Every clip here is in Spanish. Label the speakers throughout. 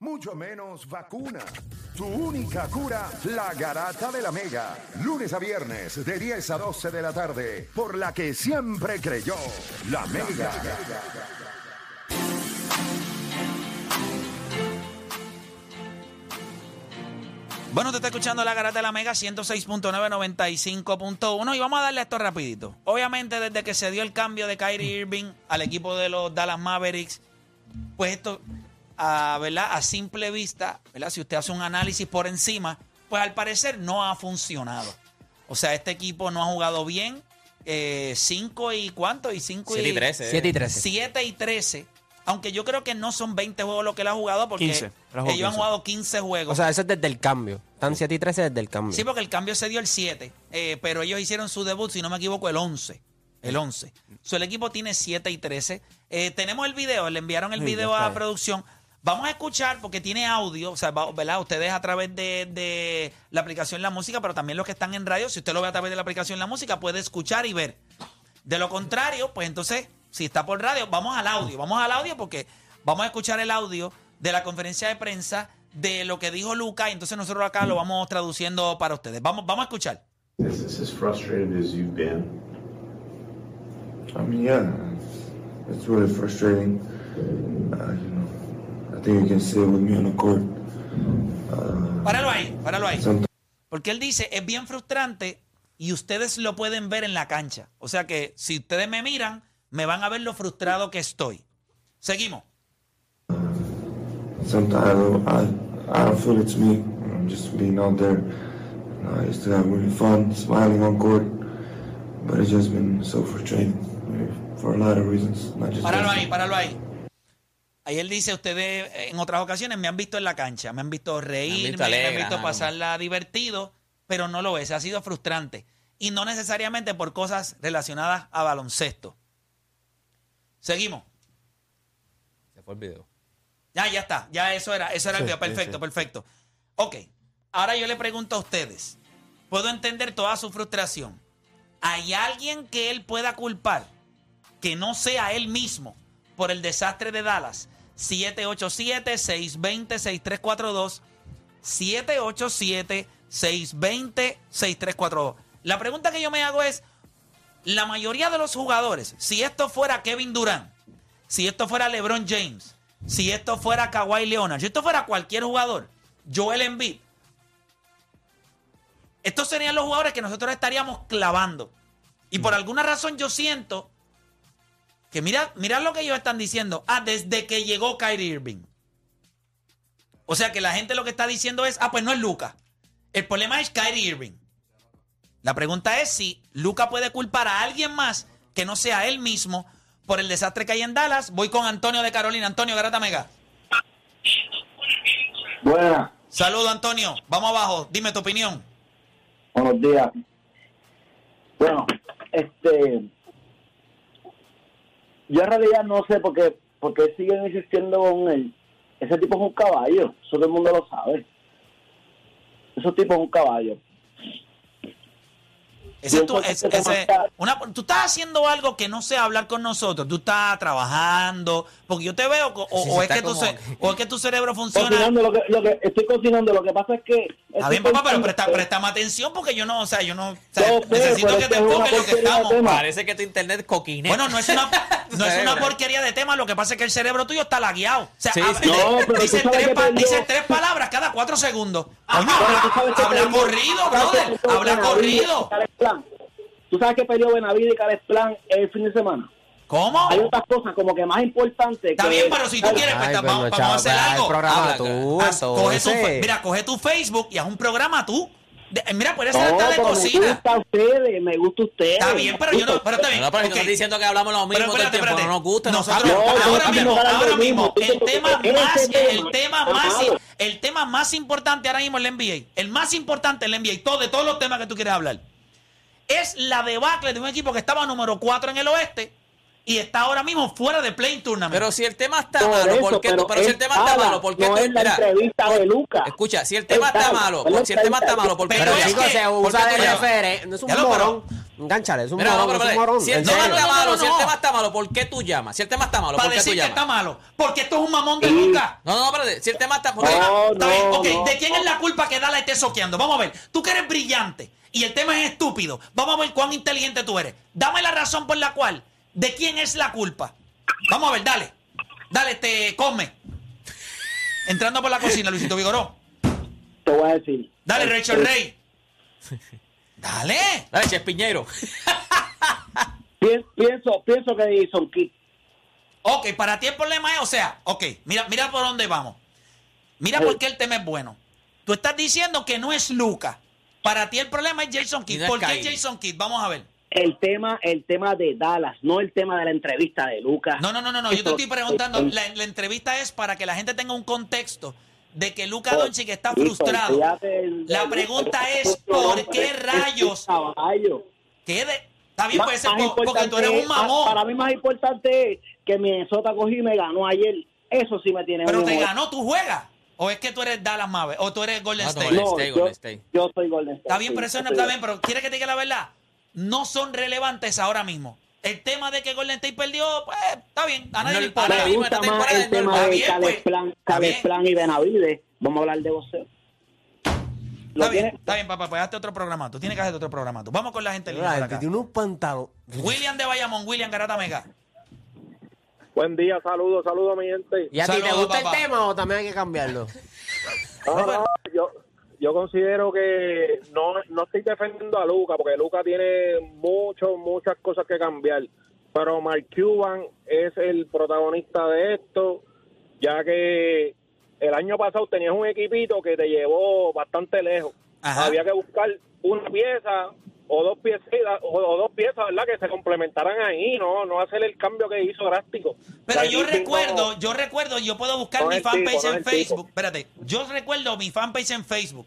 Speaker 1: Mucho menos vacuna. Tu única cura, la garata de la mega. Lunes a viernes, de 10 a 12 de la tarde, por la que siempre creyó, la mega.
Speaker 2: Bueno, te está escuchando la garata de la Mega 106.995.1 y vamos a darle esto rapidito. Obviamente, desde que se dio el cambio de Kyrie Irving al equipo de los Dallas Mavericks, pues esto, a, ¿verdad? a simple vista, ¿verdad? si usted hace un análisis por encima, pues al parecer no ha funcionado. O sea, este equipo no ha jugado bien. 5 y cuánto? Y 5
Speaker 3: 7 y 13.
Speaker 4: 7 y 13.
Speaker 2: 7 y 13. Aunque yo creo que no son 20 juegos lo que él ha jugado porque
Speaker 3: 15, él ha jugado
Speaker 2: ellos han
Speaker 3: 15.
Speaker 2: jugado 15 juegos.
Speaker 4: O sea, eso es desde el cambio. Están 7 y 13 desde el cambio.
Speaker 2: Sí, porque el cambio se dio el 7, eh, pero ellos hicieron su debut, si no me equivoco, el 11. El 11. So, el equipo tiene 7 y 13. Eh, tenemos el video, le enviaron el
Speaker 3: Sí, ya
Speaker 2: video
Speaker 3: está
Speaker 2: a
Speaker 3: ahí.
Speaker 2: producción. Vamos a escuchar porque tiene audio, o sea, va- ¿verdad? Ustedes a través de, de la aplicación La Música, pero también los que están en radio, si usted lo ve a través de la aplicación La Música, puede escuchar y ver. De lo contrario, pues entonces, si está por radio, vamos al audio. Vamos al audio porque vamos a escuchar el audio de la conferencia de prensa de lo que dijo Luca y entonces nosotros acá lo vamos traduciendo para ustedes. Vamos, vamos a escuchar.
Speaker 5: Is this as frustrated as you've been?
Speaker 6: I mean, yeah, it's, it's really frustrating. Uh, you know, I think you can sit with me on the court.
Speaker 2: Páralo ahí, páralo ahí.
Speaker 6: Son-
Speaker 2: Porque él dice, es bien frustrante y ustedes lo pueden ver en la cancha. O sea que si ustedes me miran, me van a ver lo frustrado que estoy. Seguimos.
Speaker 6: Sometimes I don't, I, I don't feel it's me. I'm just being out there. You know, I used to have really fun, smiling on court, but it's just been so frustrating uh, for a lot of reasons, not just.
Speaker 2: Páralo ahí,
Speaker 6: basketball.
Speaker 2: páralo ahí. Ahí él dice, ustedes eh, en otras ocasiones me han visto en la cancha, me han visto reír, me
Speaker 3: visto
Speaker 2: han visto,
Speaker 3: alegre, ajá,
Speaker 2: pasarla divertido, pero no lo es, ha sido frustrante. Y no necesariamente por cosas relacionadas a baloncesto. Seguimos.
Speaker 3: Se fue el video.
Speaker 2: Ya, ya está. Ya eso era, eso era el video. Perfecto, perfecto. Ok. Ahora yo le pregunto a ustedes. Puedo entender toda su frustración. ¿Hay alguien que él pueda culpar que no sea él mismo por el desastre de Dallas? 787-620-6342. 787-620-6342. La pregunta que yo me hago es, la mayoría de los jugadores, si esto fuera Kevin Durant, si esto fuera LeBron James, si esto fuera Kawhi Leonard, si esto fuera cualquier jugador, Joel Embiid, estos serían los jugadores que nosotros estaríamos clavando. Y por alguna razón yo siento que mira, mira lo que ellos están diciendo. Ah, desde que llegó Kyrie Irving. O sea que la gente lo que está diciendo es, ah, pues no es Luca. El problema es Kyrie Irving. La pregunta es si Luca puede culpar a alguien más que no sea él mismo por el desastre que hay en Dallas. Voy con Antonio de Carolina. Antonio Garata Mega.
Speaker 7: Buenas,
Speaker 2: Saludo, Antonio. Vamos abajo. Dime tu opinión.
Speaker 7: buenos días. Bueno, este. Yo en realidad no sé por qué, por qué siguen insistiendo con él. Ese tipo es un caballo, eso todo el mundo lo sabe. Ese tipo es un caballo.
Speaker 2: Ese
Speaker 7: Yo
Speaker 2: es tu-
Speaker 7: encuentro
Speaker 2: es-
Speaker 7: que
Speaker 2: ese-
Speaker 7: Tomás está-
Speaker 2: una- tú estás haciendo algo que no sea hablar con nosotros. Tú estás trabajando. Porque yo te veo. co- O,
Speaker 4: Sí, sí,
Speaker 2: o es
Speaker 4: está
Speaker 2: que tu,
Speaker 4: como-
Speaker 2: ce- o es que tu cerebro funciona.
Speaker 7: Cocinando lo que, lo que, estoy cocinando, lo que pasa es que.
Speaker 2: Está bien, papá, pero presta, prestame atención porque yo no. O sea, yo no. o sea,
Speaker 7: Yo sé,
Speaker 2: necesito
Speaker 7: pero
Speaker 2: que
Speaker 7: es
Speaker 2: te
Speaker 7: que es una
Speaker 2: enfoques en lo que
Speaker 7: porquería de
Speaker 2: estamos.
Speaker 7: tema.
Speaker 3: Parece que tu internet coquine.
Speaker 2: Bueno, no es una, no es una
Speaker 3: Cerebro.
Speaker 2: porquería de tema, lo que pasa es que el cerebro tuyo está lagueado. O sea,
Speaker 3: Sí,
Speaker 2: habla-
Speaker 3: sí.
Speaker 7: No, pero tú
Speaker 2: dicen,
Speaker 7: sabes
Speaker 2: tres
Speaker 7: que
Speaker 2: pa-
Speaker 7: tengo-
Speaker 2: dicen tres palabras cada cuatro segundos.
Speaker 7: Pero
Speaker 2: Coño,
Speaker 7: tú
Speaker 2: habla,
Speaker 7: sabes que
Speaker 2: Ah, habla
Speaker 7: peleó-
Speaker 2: corrido,
Speaker 7: tú sabes que
Speaker 2: brother.
Speaker 7: peleó
Speaker 2: Habla
Speaker 7: Benavides
Speaker 2: corrido.
Speaker 7: y Cares Plan. Tú sabes que peleó Benavides y Cares Plan el fin de semana.
Speaker 2: ¿Cómo?
Speaker 7: Hay otras cosas como que más importantes.
Speaker 2: Está
Speaker 7: que-
Speaker 2: bien, pero si tú quieres, pues,
Speaker 4: Ay,
Speaker 2: ta-
Speaker 4: pero
Speaker 2: vamos, vamos
Speaker 4: chao,
Speaker 2: a hacer
Speaker 4: pero el
Speaker 2: algo.
Speaker 4: programa
Speaker 2: Habla,
Speaker 4: tú,
Speaker 2: haz- coge tu
Speaker 4: entonces.
Speaker 2: fe- mira, coge tu Facebook y haz un programa tú. De- eh, mira, puede ser
Speaker 7: No,
Speaker 2: hasta de
Speaker 7: pero me
Speaker 2: cocina.
Speaker 7: gusta ustedes, me gusta ustedes.
Speaker 2: Está bien, pero yo no. Pero está bien.
Speaker 3: No, pero yo
Speaker 2: ok.
Speaker 3: no estoy diciendo que hablamos lo mismo todo el
Speaker 2: espérate,
Speaker 3: tiempo.
Speaker 2: espérate.
Speaker 3: No nos gusta,
Speaker 2: Nosotros,
Speaker 3: nos sabe.
Speaker 7: No,
Speaker 2: ahora
Speaker 7: no,
Speaker 2: mismo,
Speaker 7: no, no,
Speaker 2: ahora
Speaker 7: no,
Speaker 2: mismo,
Speaker 7: no,
Speaker 2: el
Speaker 7: no,
Speaker 2: tema
Speaker 7: no,
Speaker 2: más,
Speaker 7: no,
Speaker 2: el
Speaker 7: no,
Speaker 2: tema
Speaker 7: no,
Speaker 2: más,
Speaker 7: no.
Speaker 2: el tema más importante ahora mismo es el NBA. El más importante el NBA, todo, de todos los temas que tú quieres hablar. Es la debacle de un equipo que estaba número 4 en el oeste y está ahora mismo fuera de playing tournament.
Speaker 3: Pero si el tema está
Speaker 7: Por
Speaker 3: malo,
Speaker 7: eso,
Speaker 3: ¿por qué tú? Pero si
Speaker 7: es
Speaker 3: el tema está
Speaker 7: mala,
Speaker 3: malo, ¿por qué
Speaker 7: no
Speaker 3: tú?
Speaker 7: es la
Speaker 3: Mira,
Speaker 7: entrevista de Lucas.
Speaker 3: Escucha, si el tema
Speaker 7: Es
Speaker 3: está
Speaker 7: mala,
Speaker 3: malo,
Speaker 7: es la
Speaker 3: si el tema
Speaker 7: entrevista
Speaker 3: está
Speaker 7: de
Speaker 3: malo, ¿por qué
Speaker 2: Pero
Speaker 3: tú?
Speaker 2: es
Speaker 4: chicos,
Speaker 2: que-
Speaker 4: se
Speaker 3: ¿por
Speaker 4: usa
Speaker 3: qué
Speaker 4: de
Speaker 3: tú llamas?
Speaker 4: referente. No es un
Speaker 2: Ya lo,
Speaker 4: morón. Engánchale, es un
Speaker 3: Pero no,
Speaker 4: morón, es
Speaker 3: pero,
Speaker 4: un
Speaker 3: pero,
Speaker 4: morón.
Speaker 3: Si el
Speaker 4: en
Speaker 3: tema
Speaker 4: serio.
Speaker 3: está malo,
Speaker 2: no,
Speaker 3: si el
Speaker 2: no.
Speaker 3: tema está malo, ¿por qué tú llamas? Si el tema está malo,
Speaker 2: para
Speaker 3: ¿por qué tú
Speaker 2: decir que está
Speaker 3: llamas?
Speaker 2: malo, porque esto es un mamón de
Speaker 7: Sí.
Speaker 2: Lucas.
Speaker 3: No, no, no, espérate. Si el tema está. ¿por qué?
Speaker 7: No,
Speaker 2: Está bien, ok.
Speaker 7: Oh, no.
Speaker 2: ¿De quién es la culpa que Dala esté soqueando? Vamos a ver. Tú que eres brillante y el tema es estúpido. Vamos a ver cuán inteligente tú eres. Dame la razón por la cual. ¿De quién es la culpa? Vamos a ver, dale. Dale, te come. Entrando por la cocina, Luisito Vigoró.
Speaker 7: Te voy a decir.
Speaker 2: Dale,
Speaker 7: Eh,
Speaker 2: Rachel
Speaker 7: eh,
Speaker 2: Rey. Dale.
Speaker 3: Dale, Chef Piñero.
Speaker 7: pien- Pienso, pienso que Jason Kidd.
Speaker 2: Ok, para ti el problema es, o sea, ok, mira, mira por dónde vamos. Mira
Speaker 7: Sí.
Speaker 2: por qué el tema es bueno. Tú estás diciendo que no es Luca. Para ti el problema es Jason
Speaker 3: Y
Speaker 2: Kidd.
Speaker 3: no es
Speaker 2: ¿Por qué
Speaker 3: Kyrie.
Speaker 2: Jason Kidd? Vamos a ver.
Speaker 7: El tema, el tema de Dallas, no el tema de la entrevista de Lucas.
Speaker 2: No, no, no, no, no. Yo te estoy preguntando. La, la entrevista es para que la gente tenga un contexto de que
Speaker 7: Oh,
Speaker 2: Luca Doncic está frustrado. La pregunta es ¿por qué rayos?
Speaker 7: este Caballo.
Speaker 2: ¿Qué de- Está bien,
Speaker 7: Más-
Speaker 2: puede ser
Speaker 7: más
Speaker 2: po- porque tú
Speaker 7: importante
Speaker 2: eres un
Speaker 7: es- pa- Para
Speaker 2: mamón.
Speaker 7: mí más importante es que Minnesota cogí y me ganó ayer. Eso sí me tiene
Speaker 2: Pero
Speaker 7: muy
Speaker 2: te
Speaker 7: molesto.
Speaker 2: ganó, tú juegas. ¿O es que tú eres Dallas Mavericks? ¿O tú eres Golden
Speaker 3: No,
Speaker 2: State?
Speaker 3: Golden
Speaker 7: Ah, No,
Speaker 3: State,
Speaker 7: yo-
Speaker 3: Golden State.
Speaker 7: Yo soy Golden State.
Speaker 2: Está bien,
Speaker 7: sí,
Speaker 2: pero eso
Speaker 7: yo
Speaker 2: no
Speaker 7: soy
Speaker 2: está
Speaker 7: Golden
Speaker 2: bien, pero quiere que te diga la verdad. No son relevantes ahora mismo. El tema de que Golden State perdió, pues está bien, a nadie
Speaker 3: No,
Speaker 2: le
Speaker 3: para
Speaker 2: importa.
Speaker 7: me
Speaker 3: mí,
Speaker 7: gusta
Speaker 3: esta
Speaker 7: más
Speaker 3: temporada
Speaker 7: el
Speaker 3: no
Speaker 7: tema
Speaker 2: va
Speaker 7: de
Speaker 2: bien,
Speaker 7: Caleb
Speaker 2: pues.
Speaker 7: Plan,
Speaker 2: Está
Speaker 7: Caleb
Speaker 2: bien.
Speaker 7: Plan y Benavides. Vamos a hablar de voceo.
Speaker 2: Está bien, está bien, papá, pues hazte otro programato. Tienes que hacer otro programato. Vamos con la gente linda
Speaker 4: La
Speaker 2: por
Speaker 4: gente
Speaker 2: acá.
Speaker 4: tiene unos pantalones.
Speaker 2: William de Bayamón, William Garata Mega.
Speaker 8: Buen día, saludos, saludos mi gente.
Speaker 4: ¿Y a ti te
Speaker 2: Saludos,
Speaker 4: gusta
Speaker 2: papá.
Speaker 4: el tema o también hay que cambiarlo?
Speaker 8: No, no, Ah, yo, yo considero que no, no estoy defendiendo a Luca, porque Luca tiene mucho, muchas cosas que cambiar. Pero Mark Cuban es el protagonista de esto, ya que el año pasado tenías un equipito que te llevó bastante lejos.
Speaker 2: Ajá.
Speaker 8: Había que buscar una pieza o dos piezas, o, o dos piezas, ¿verdad? Que se complementaran ahí, no, no hacer el cambio que hizo drástico.
Speaker 2: Pero yo
Speaker 8: Kyrie Irving no-
Speaker 2: recuerdo, yo recuerdo, yo puedo buscar
Speaker 8: No
Speaker 2: mi
Speaker 8: es el tipo,
Speaker 2: fanpage
Speaker 8: no es
Speaker 2: en
Speaker 8: el tipo.
Speaker 2: Facebook. Espérate, yo recuerdo mi fanpage en Facebook.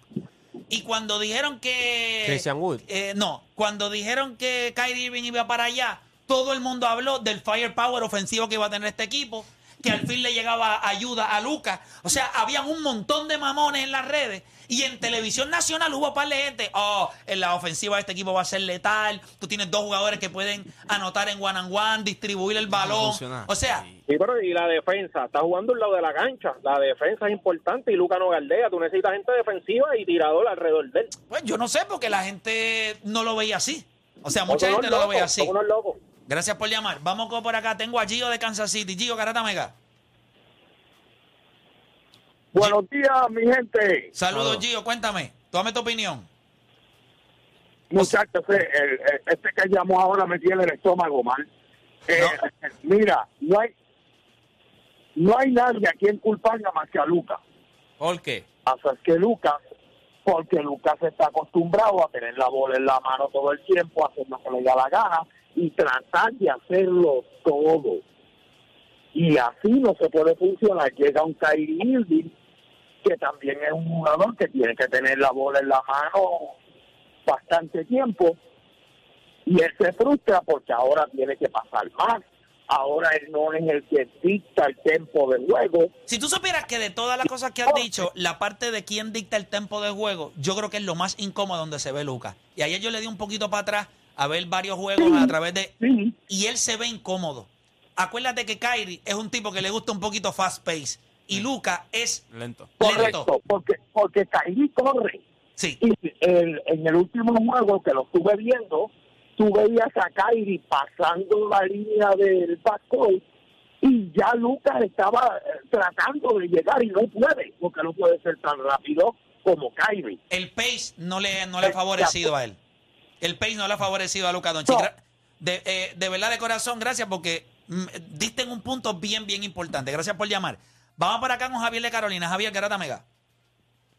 Speaker 2: Y cuando dijeron que.
Speaker 4: Christian Wood.
Speaker 2: eh, no, cuando dijeron que Kyrie Irving iba para allá, todo el mundo habló del firepower ofensivo que iba a tener este equipo, que al fin le llegaba ayuda a Lucas. O sea, habían un montón de mamones en las redes. Y en televisión nacional hubo par de gente. Oh, en la ofensiva de este equipo va a ser letal. Tú tienes dos jugadores que pueden anotar en one and one, distribuir el balón.
Speaker 9: funciona.
Speaker 2: o sea,
Speaker 8: Sí, pero y la defensa, está jugando al lado de la cancha. La defensa es importante y Luca no galdea. Tú necesitas gente defensiva y tirador alrededor de él.
Speaker 2: Pues yo no sé porque la gente no lo veía así. O sea, mucha
Speaker 8: Son
Speaker 2: gente no
Speaker 8: unos
Speaker 2: lo
Speaker 8: locos,
Speaker 2: veía así.
Speaker 8: son unos locos.
Speaker 2: Gracias por llamar. Vamos con por acá. Tengo a Gio de Kansas City. Gio Carata Mega.
Speaker 8: Buenos días, mi gente.
Speaker 2: Saludos, Gio. Cuéntame. Dame tu opinión.
Speaker 8: Muchachos, este que llamó ahora me tiene el estómago mal. Eh, Mira, no hay, no hay nadie a quien culpar más que a Luca.
Speaker 3: ¿Por qué?
Speaker 8: Así es que Lucas, porque Lucas está acostumbrado a tener la bola en la mano todo el tiempo, a hacer lo que le da la gana y tratar de hacerlo todo. Y así no se puede funcionar. Llega un Kyrie Irving, que también es un jugador que tiene que tener la bola en la mano bastante tiempo, y él se frustra porque ahora tiene que pasar más. Ahora él no es el que dicta el tempo del juego,
Speaker 2: Si tú supieras que de todas las cosas que has dicho, la parte de quién dicta el tempo de juego, yo creo que es lo más incómodo donde se ve Lucas. Y ayer yo le di un poquito para atrás a ver varios juegos a través de... Y él se ve incómodo. Acuérdate que Kyrie es un tipo que le gusta un poquito fast pace. Y Lucas es
Speaker 9: Lento.
Speaker 2: lento.
Speaker 8: Correcto, porque, porque Kyrie corre.
Speaker 2: Sí.
Speaker 8: Y el- en el último juego que lo estuve viendo, tú veías a Kyrie pasando la línea del backcourt y ya Lucas estaba eh, tratando de llegar y no puede, porque no puede ser tan rápido como Kyrie.
Speaker 2: el pace no le, no le ha favorecido a él. El pace no le ha favorecido a Luca Doncic.
Speaker 8: No.
Speaker 2: Gra- De, eh, de verdad, de corazón, gracias porque mm, diste en un punto bien, bien importante. Gracias por llamar. Vamos para acá con Javier de Carolina. Javier Garata Mega.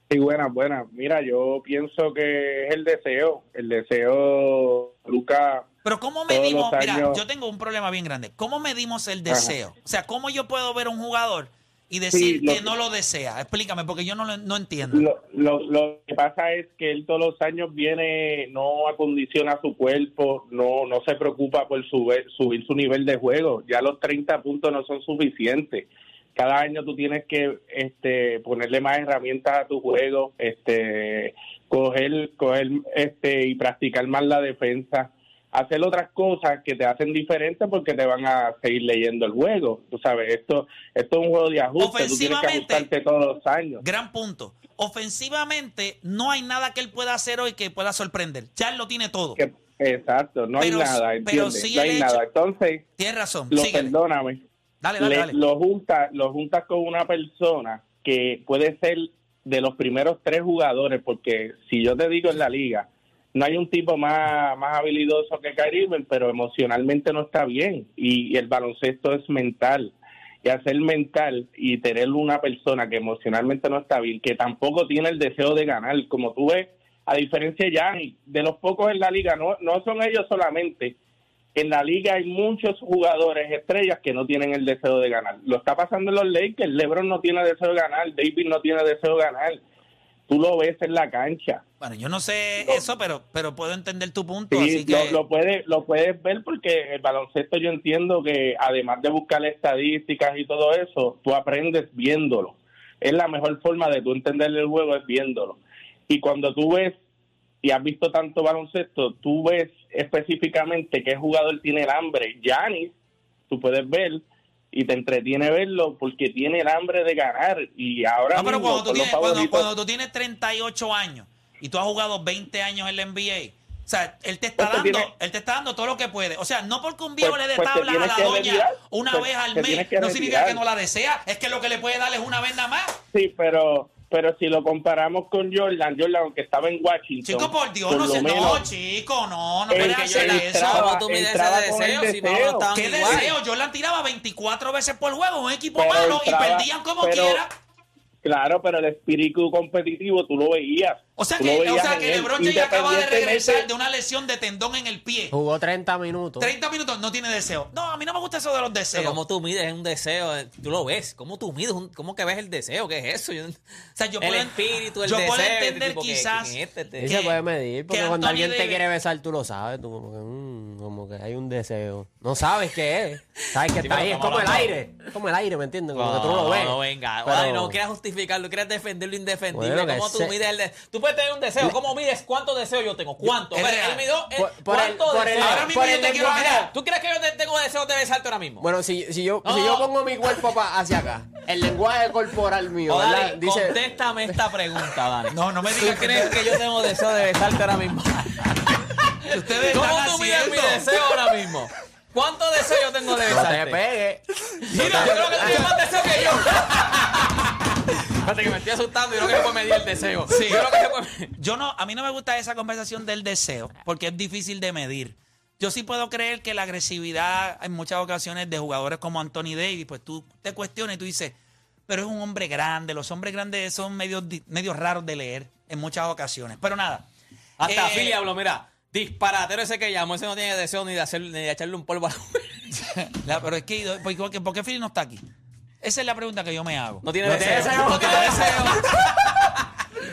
Speaker 10: Sí, buenas, buenas. Mira, yo pienso que es el deseo. El deseo, Lucas,
Speaker 2: Pero ¿cómo
Speaker 10: Todos
Speaker 2: medimos?
Speaker 10: los
Speaker 2: Mira,
Speaker 10: años-
Speaker 2: yo tengo un problema bien grande. ¿Cómo medimos el deseo? O sea, ¿cómo yo puedo ver a un jugador y decir
Speaker 10: lo
Speaker 2: que
Speaker 10: que-
Speaker 2: no lo desea? Explícame, porque yo no, lo- no entiendo.
Speaker 10: Lo, lo, lo que pasa es que él todos los años viene, no acondiciona su cuerpo, no no se preocupa por sube- subir su nivel de juego. Ya los 30 puntos no son suficientes. Cada año tú tienes que este, ponerle más herramientas a tu juego, este, coger, coger este, y practicar más la defensa hacer otras cosas que te hacen diferente porque te van a seguir leyendo el juego. Tú sabes, esto, esto es un juego de ajuste, tú tienes que
Speaker 2: Ofensivamente.
Speaker 10: ajustarte todos los años.
Speaker 2: Gran punto. Ofensivamente, no hay nada que él pueda hacer hoy que pueda sorprender. Ya él lo tiene todo.
Speaker 10: que- exacto, no
Speaker 2: Pero-
Speaker 10: hay nada,
Speaker 2: pero
Speaker 10: ¿entiendes?
Speaker 2: sí
Speaker 10: no
Speaker 2: el
Speaker 10: hay
Speaker 2: hecho-
Speaker 10: nada. Entonces,
Speaker 2: Tienes razón.
Speaker 10: lo
Speaker 2: Síguele.
Speaker 10: perdóname,
Speaker 2: Dale, dale,
Speaker 10: le-
Speaker 2: dale.
Speaker 10: lo juntas lo juntas con una persona que puede ser de los primeros tres jugadores, porque si yo te digo en la liga, no hay un tipo más, más habilidoso que Kyrie Irving, pero emocionalmente no está bien y, el baloncesto es mental. Y hacer mental y tener una persona que emocionalmente no está bien, que tampoco tiene el deseo de ganar, como tú ves, a diferencia de Giannis, de los pocos en la liga, no, no son ellos solamente, en la liga hay muchos jugadores estrellas que no tienen el deseo de ganar. Lo está pasando en los Lakers. LeBron no tiene deseo de ganar. David no tiene deseo de ganar. Tú lo ves en la cancha.
Speaker 2: Bueno, yo no sé eso, pero, pero puedo entender tu punto.
Speaker 10: Sí,
Speaker 2: así que...
Speaker 10: lo, lo puedes lo puedes ver porque el baloncesto yo entiendo que además de buscar estadísticas y todo eso, tú aprendes viéndolo. Es la mejor forma de tú entender el juego es viéndolo. Y cuando tú ves y has visto tanto baloncesto, tú ves específicamente qué jugador tiene el hambre. Yanis, tú puedes ver y te entretiene verlo porque tiene el hambre de ganar y ahora
Speaker 2: No, pero
Speaker 10: mismo
Speaker 2: cuando tú,
Speaker 10: son los
Speaker 2: tienes, cuando-
Speaker 10: favoritos.
Speaker 2: cuando tú tienes 38 años y tú has jugado 20 años en la NBA, o sea, él te está
Speaker 10: Pues te
Speaker 2: dando,
Speaker 10: tiene-
Speaker 2: él te está dando todo lo que puede. O sea, no porque un viejo
Speaker 10: Pues-
Speaker 2: le dé
Speaker 10: pues te
Speaker 2: tablas a
Speaker 10: tienes
Speaker 2: la
Speaker 10: que
Speaker 2: doña
Speaker 10: retirar.
Speaker 2: una
Speaker 10: Pues
Speaker 2: vez al
Speaker 10: te
Speaker 2: mes,
Speaker 10: tienes que
Speaker 2: no significa que
Speaker 10: retirar.
Speaker 2: no la desea, es que lo que le puede dar es una vez nada más.
Speaker 10: Sí, pero pero si lo comparamos con Jordan, Jordan aunque estaba en Washington.
Speaker 2: Chico, por Dios,
Speaker 10: por
Speaker 2: no
Speaker 10: lo
Speaker 2: sé, no,
Speaker 10: menos,
Speaker 2: chico, no, no
Speaker 10: el
Speaker 2: puedes
Speaker 10: que
Speaker 2: hacer
Speaker 10: yo le
Speaker 2: eso.
Speaker 10: entraba-
Speaker 3: ¿Cómo tú mides
Speaker 10: entraba
Speaker 3: ese
Speaker 10: con
Speaker 3: deseo
Speaker 10: el
Speaker 3: si no lo estaban
Speaker 2: ¿Qué
Speaker 3: igual?
Speaker 2: deseo? Yo la tiraba 24 veces por juego, un equipo
Speaker 10: Pero
Speaker 2: malo y
Speaker 10: entraba-
Speaker 2: perdían como
Speaker 10: pero-
Speaker 2: quiera.
Speaker 10: Claro, pero el espíritu competitivo tú lo veías.
Speaker 2: O sea
Speaker 10: Tú lo
Speaker 2: que, o
Speaker 10: veías
Speaker 2: sea
Speaker 10: en
Speaker 2: que
Speaker 10: él,
Speaker 2: LeBron James acaba de
Speaker 10: independientemente-
Speaker 2: regresar de una lesión de tendón en el pie.
Speaker 4: Jugó 30 minutos.
Speaker 2: 30 minutos no tiene deseo. No, a mí no me gusta eso de los deseos.
Speaker 3: Pero ¿Cómo tú mides un deseo? Eh, Tú lo ves. ¿Cómo tú mides? un- ¿Cómo que ves el deseo? ¿Qué es eso? Yo-
Speaker 2: o sea, yo
Speaker 3: el
Speaker 2: puedo,
Speaker 3: espíritu, el
Speaker 2: yo
Speaker 3: deseo.
Speaker 2: puedo
Speaker 3: este
Speaker 2: entender
Speaker 3: tipo que-
Speaker 2: quizás.
Speaker 3: que este te-
Speaker 4: Sí se
Speaker 2: que-
Speaker 4: puede medir, porque
Speaker 2: que
Speaker 4: cuando
Speaker 2: Anthony
Speaker 4: alguien te
Speaker 2: Davis-
Speaker 4: quiere besar, tú lo sabes, tú como que, mm, como que hay un deseo. No sabes qué es, sabes que
Speaker 3: Sí,
Speaker 4: está
Speaker 3: pero
Speaker 4: ahí, es
Speaker 3: estamos
Speaker 4: como el
Speaker 3: hablando-
Speaker 4: aire, es como el aire, ¿me entiendes? Como
Speaker 3: No,
Speaker 4: que tú no lo ves.
Speaker 3: no, venga.
Speaker 4: Pero-
Speaker 3: Ay, no quieras justificarlo, quieras defender lo indefendible.
Speaker 4: Bueno, que
Speaker 3: ¿Cómo tú
Speaker 4: se-
Speaker 3: mides el de- Tú puedes tener un deseo. ¿Cómo mides cuántos deseos yo tengo? ¿Cuántos?
Speaker 2: Es
Speaker 3: Pero
Speaker 2: real.
Speaker 3: él midió eh,
Speaker 4: Por- por el-
Speaker 3: cuántos
Speaker 4: por el-
Speaker 3: deseos.
Speaker 2: Ahora mismo
Speaker 4: por
Speaker 2: yo
Speaker 4: el
Speaker 2: te quiero
Speaker 4: lenguaje-
Speaker 2: mirar.
Speaker 3: ¿Tú crees que yo te- tengo deseo de besarte ahora mismo?
Speaker 4: Bueno, si, si, yo,
Speaker 3: No,
Speaker 4: si
Speaker 3: no,
Speaker 4: yo
Speaker 3: no.
Speaker 4: pongo mi cuerpo pa- hacia acá, el lenguaje corporal mío,
Speaker 3: Oh,
Speaker 4: ¿verdad?
Speaker 3: Dani, Contéstame esta pregunta, Dani.
Speaker 2: No, no me
Speaker 3: ¿Tú
Speaker 2: digas que
Speaker 3: crees que yo tengo deseo de besarte ahora mismo?
Speaker 2: que ustedes
Speaker 3: ¿Cómo
Speaker 2: están
Speaker 3: tú mides mi
Speaker 2: haciendo?
Speaker 3: deseo ahora mismo? ¿Cuántos deseos yo tengo de
Speaker 4: no te
Speaker 3: besarte?
Speaker 4: pegues.
Speaker 3: Mira, yo creo que tú tienes más deseo que yo. Espérate que me estoy asustando y creo que se puede medir el deseo. Sí. Yo creo que se puede...
Speaker 2: Yo no, a mí no me gusta esa conversación del deseo, porque es difícil de medir. Yo sí puedo creer que la agresividad en muchas ocasiones de jugadores como Anthony Davis, pues tú te cuestionas y tú dices, pero es un hombre grande, los hombres grandes son medios di- medios raros de leer en muchas ocasiones. Pero nada.
Speaker 3: Hasta
Speaker 2: Eh,
Speaker 3: Philly habló, mira, disparatero ese que llamó, ese no tiene deseo ni de, hacer, ni de echarle un polvo a
Speaker 2: La- pero es que, ¿por qué, por qué Philly no está aquí? Esa es la pregunta que yo me hago.
Speaker 3: No tiene
Speaker 4: No tiene
Speaker 3: deseo.
Speaker 4: deseo.
Speaker 3: No tiene deseo.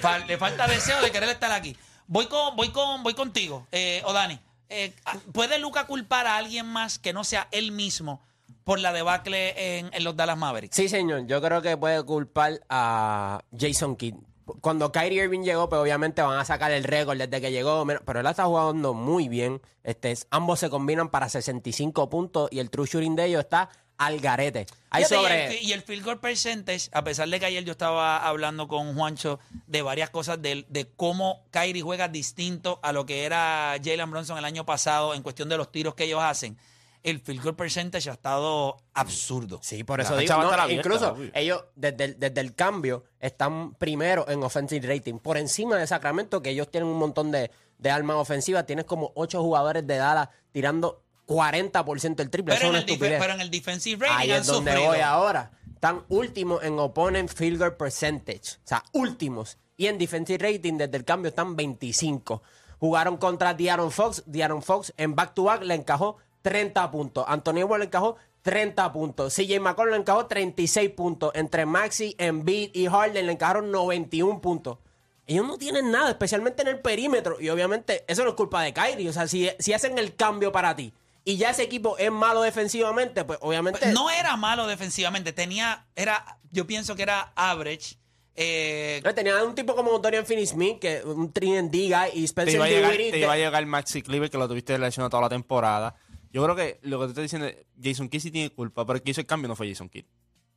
Speaker 2: Fa- le falta deseo de querer estar aquí. Voy con, voy con, voy contigo, eh, o Dani. Eh, ah, ¿Puede Luca culpar a alguien más que no sea él mismo por la debacle en, en los Dallas Mavericks?
Speaker 4: Sí, señor, yo creo que puede culpar a Jason Kidd. Cuando Kyrie Irving llegó, pues obviamente van a sacar el récord desde que llegó, mira, pero él está jugando muy bien. Este, es- ambos se combinan para 65 puntos y el true shooting de ellos está al garete. Hay
Speaker 2: Fíjate,
Speaker 4: sobre...
Speaker 2: y, el, fi- y el field goal percentage, a pesar de que ayer yo estaba hablando con Juancho de varias cosas de, de cómo Kyrie juega distinto a lo que era Jalen Bronson el año pasado en cuestión de los tiros que ellos hacen, el field goal percentage ha estado absurdo.
Speaker 4: Sí, por
Speaker 11: La
Speaker 4: eso
Speaker 11: cancha
Speaker 4: digo.
Speaker 11: va a
Speaker 4: no,
Speaker 11: estar abierta,
Speaker 4: incluso
Speaker 11: obvio.
Speaker 4: ellos, desde el, desde el cambio, están primero en offensive rating. Por encima de Sacramento, que ellos tienen un montón de, de armas ofensivas. Tienes como ocho jugadores de Dallas tirando 40% el triple. eso
Speaker 2: Pero en,
Speaker 4: es
Speaker 2: el
Speaker 4: una
Speaker 2: dife-
Speaker 4: estupidez.
Speaker 2: pero en el defensive rating
Speaker 4: Ahí
Speaker 2: han
Speaker 4: es donde
Speaker 2: sufrido.
Speaker 4: voy ahora. Están últimos en opponent field goal percentage. O sea, últimos. y en defensive rating desde el cambio están 25. Jugaron contra De'Aaron Fox. De'Aaron Fox en back-to-back le encajó 30 puntos. Anthony Wall le encajó 30 puntos. CJ McCollum le encajó 36 puntos. Entre Maxi, Embiid y Harden le encajaron 91 puntos. Ellos no tienen nada, especialmente en el perímetro. Y obviamente eso no es culpa de Kyrie. O sea, si, si hacen el cambio para ti y ya ese equipo es malo defensivamente, pues obviamente...
Speaker 2: No era malo defensivamente, tenía, era, yo pienso que era average. eh,
Speaker 4: No, Tenía un tipo como Dorian Finney-Smith, que un 3 D guy, y Spencer
Speaker 11: te iba, a llegar,
Speaker 4: Dinwiddie,
Speaker 11: te
Speaker 4: te-
Speaker 11: iba a llegar Maxi Cleaver, que lo tuviste lesionado toda la temporada. Yo creo que lo que tú estás diciendo es, Jason Kidd sí tiene culpa, pero el que hizo el cambio no fue Jason Kidd.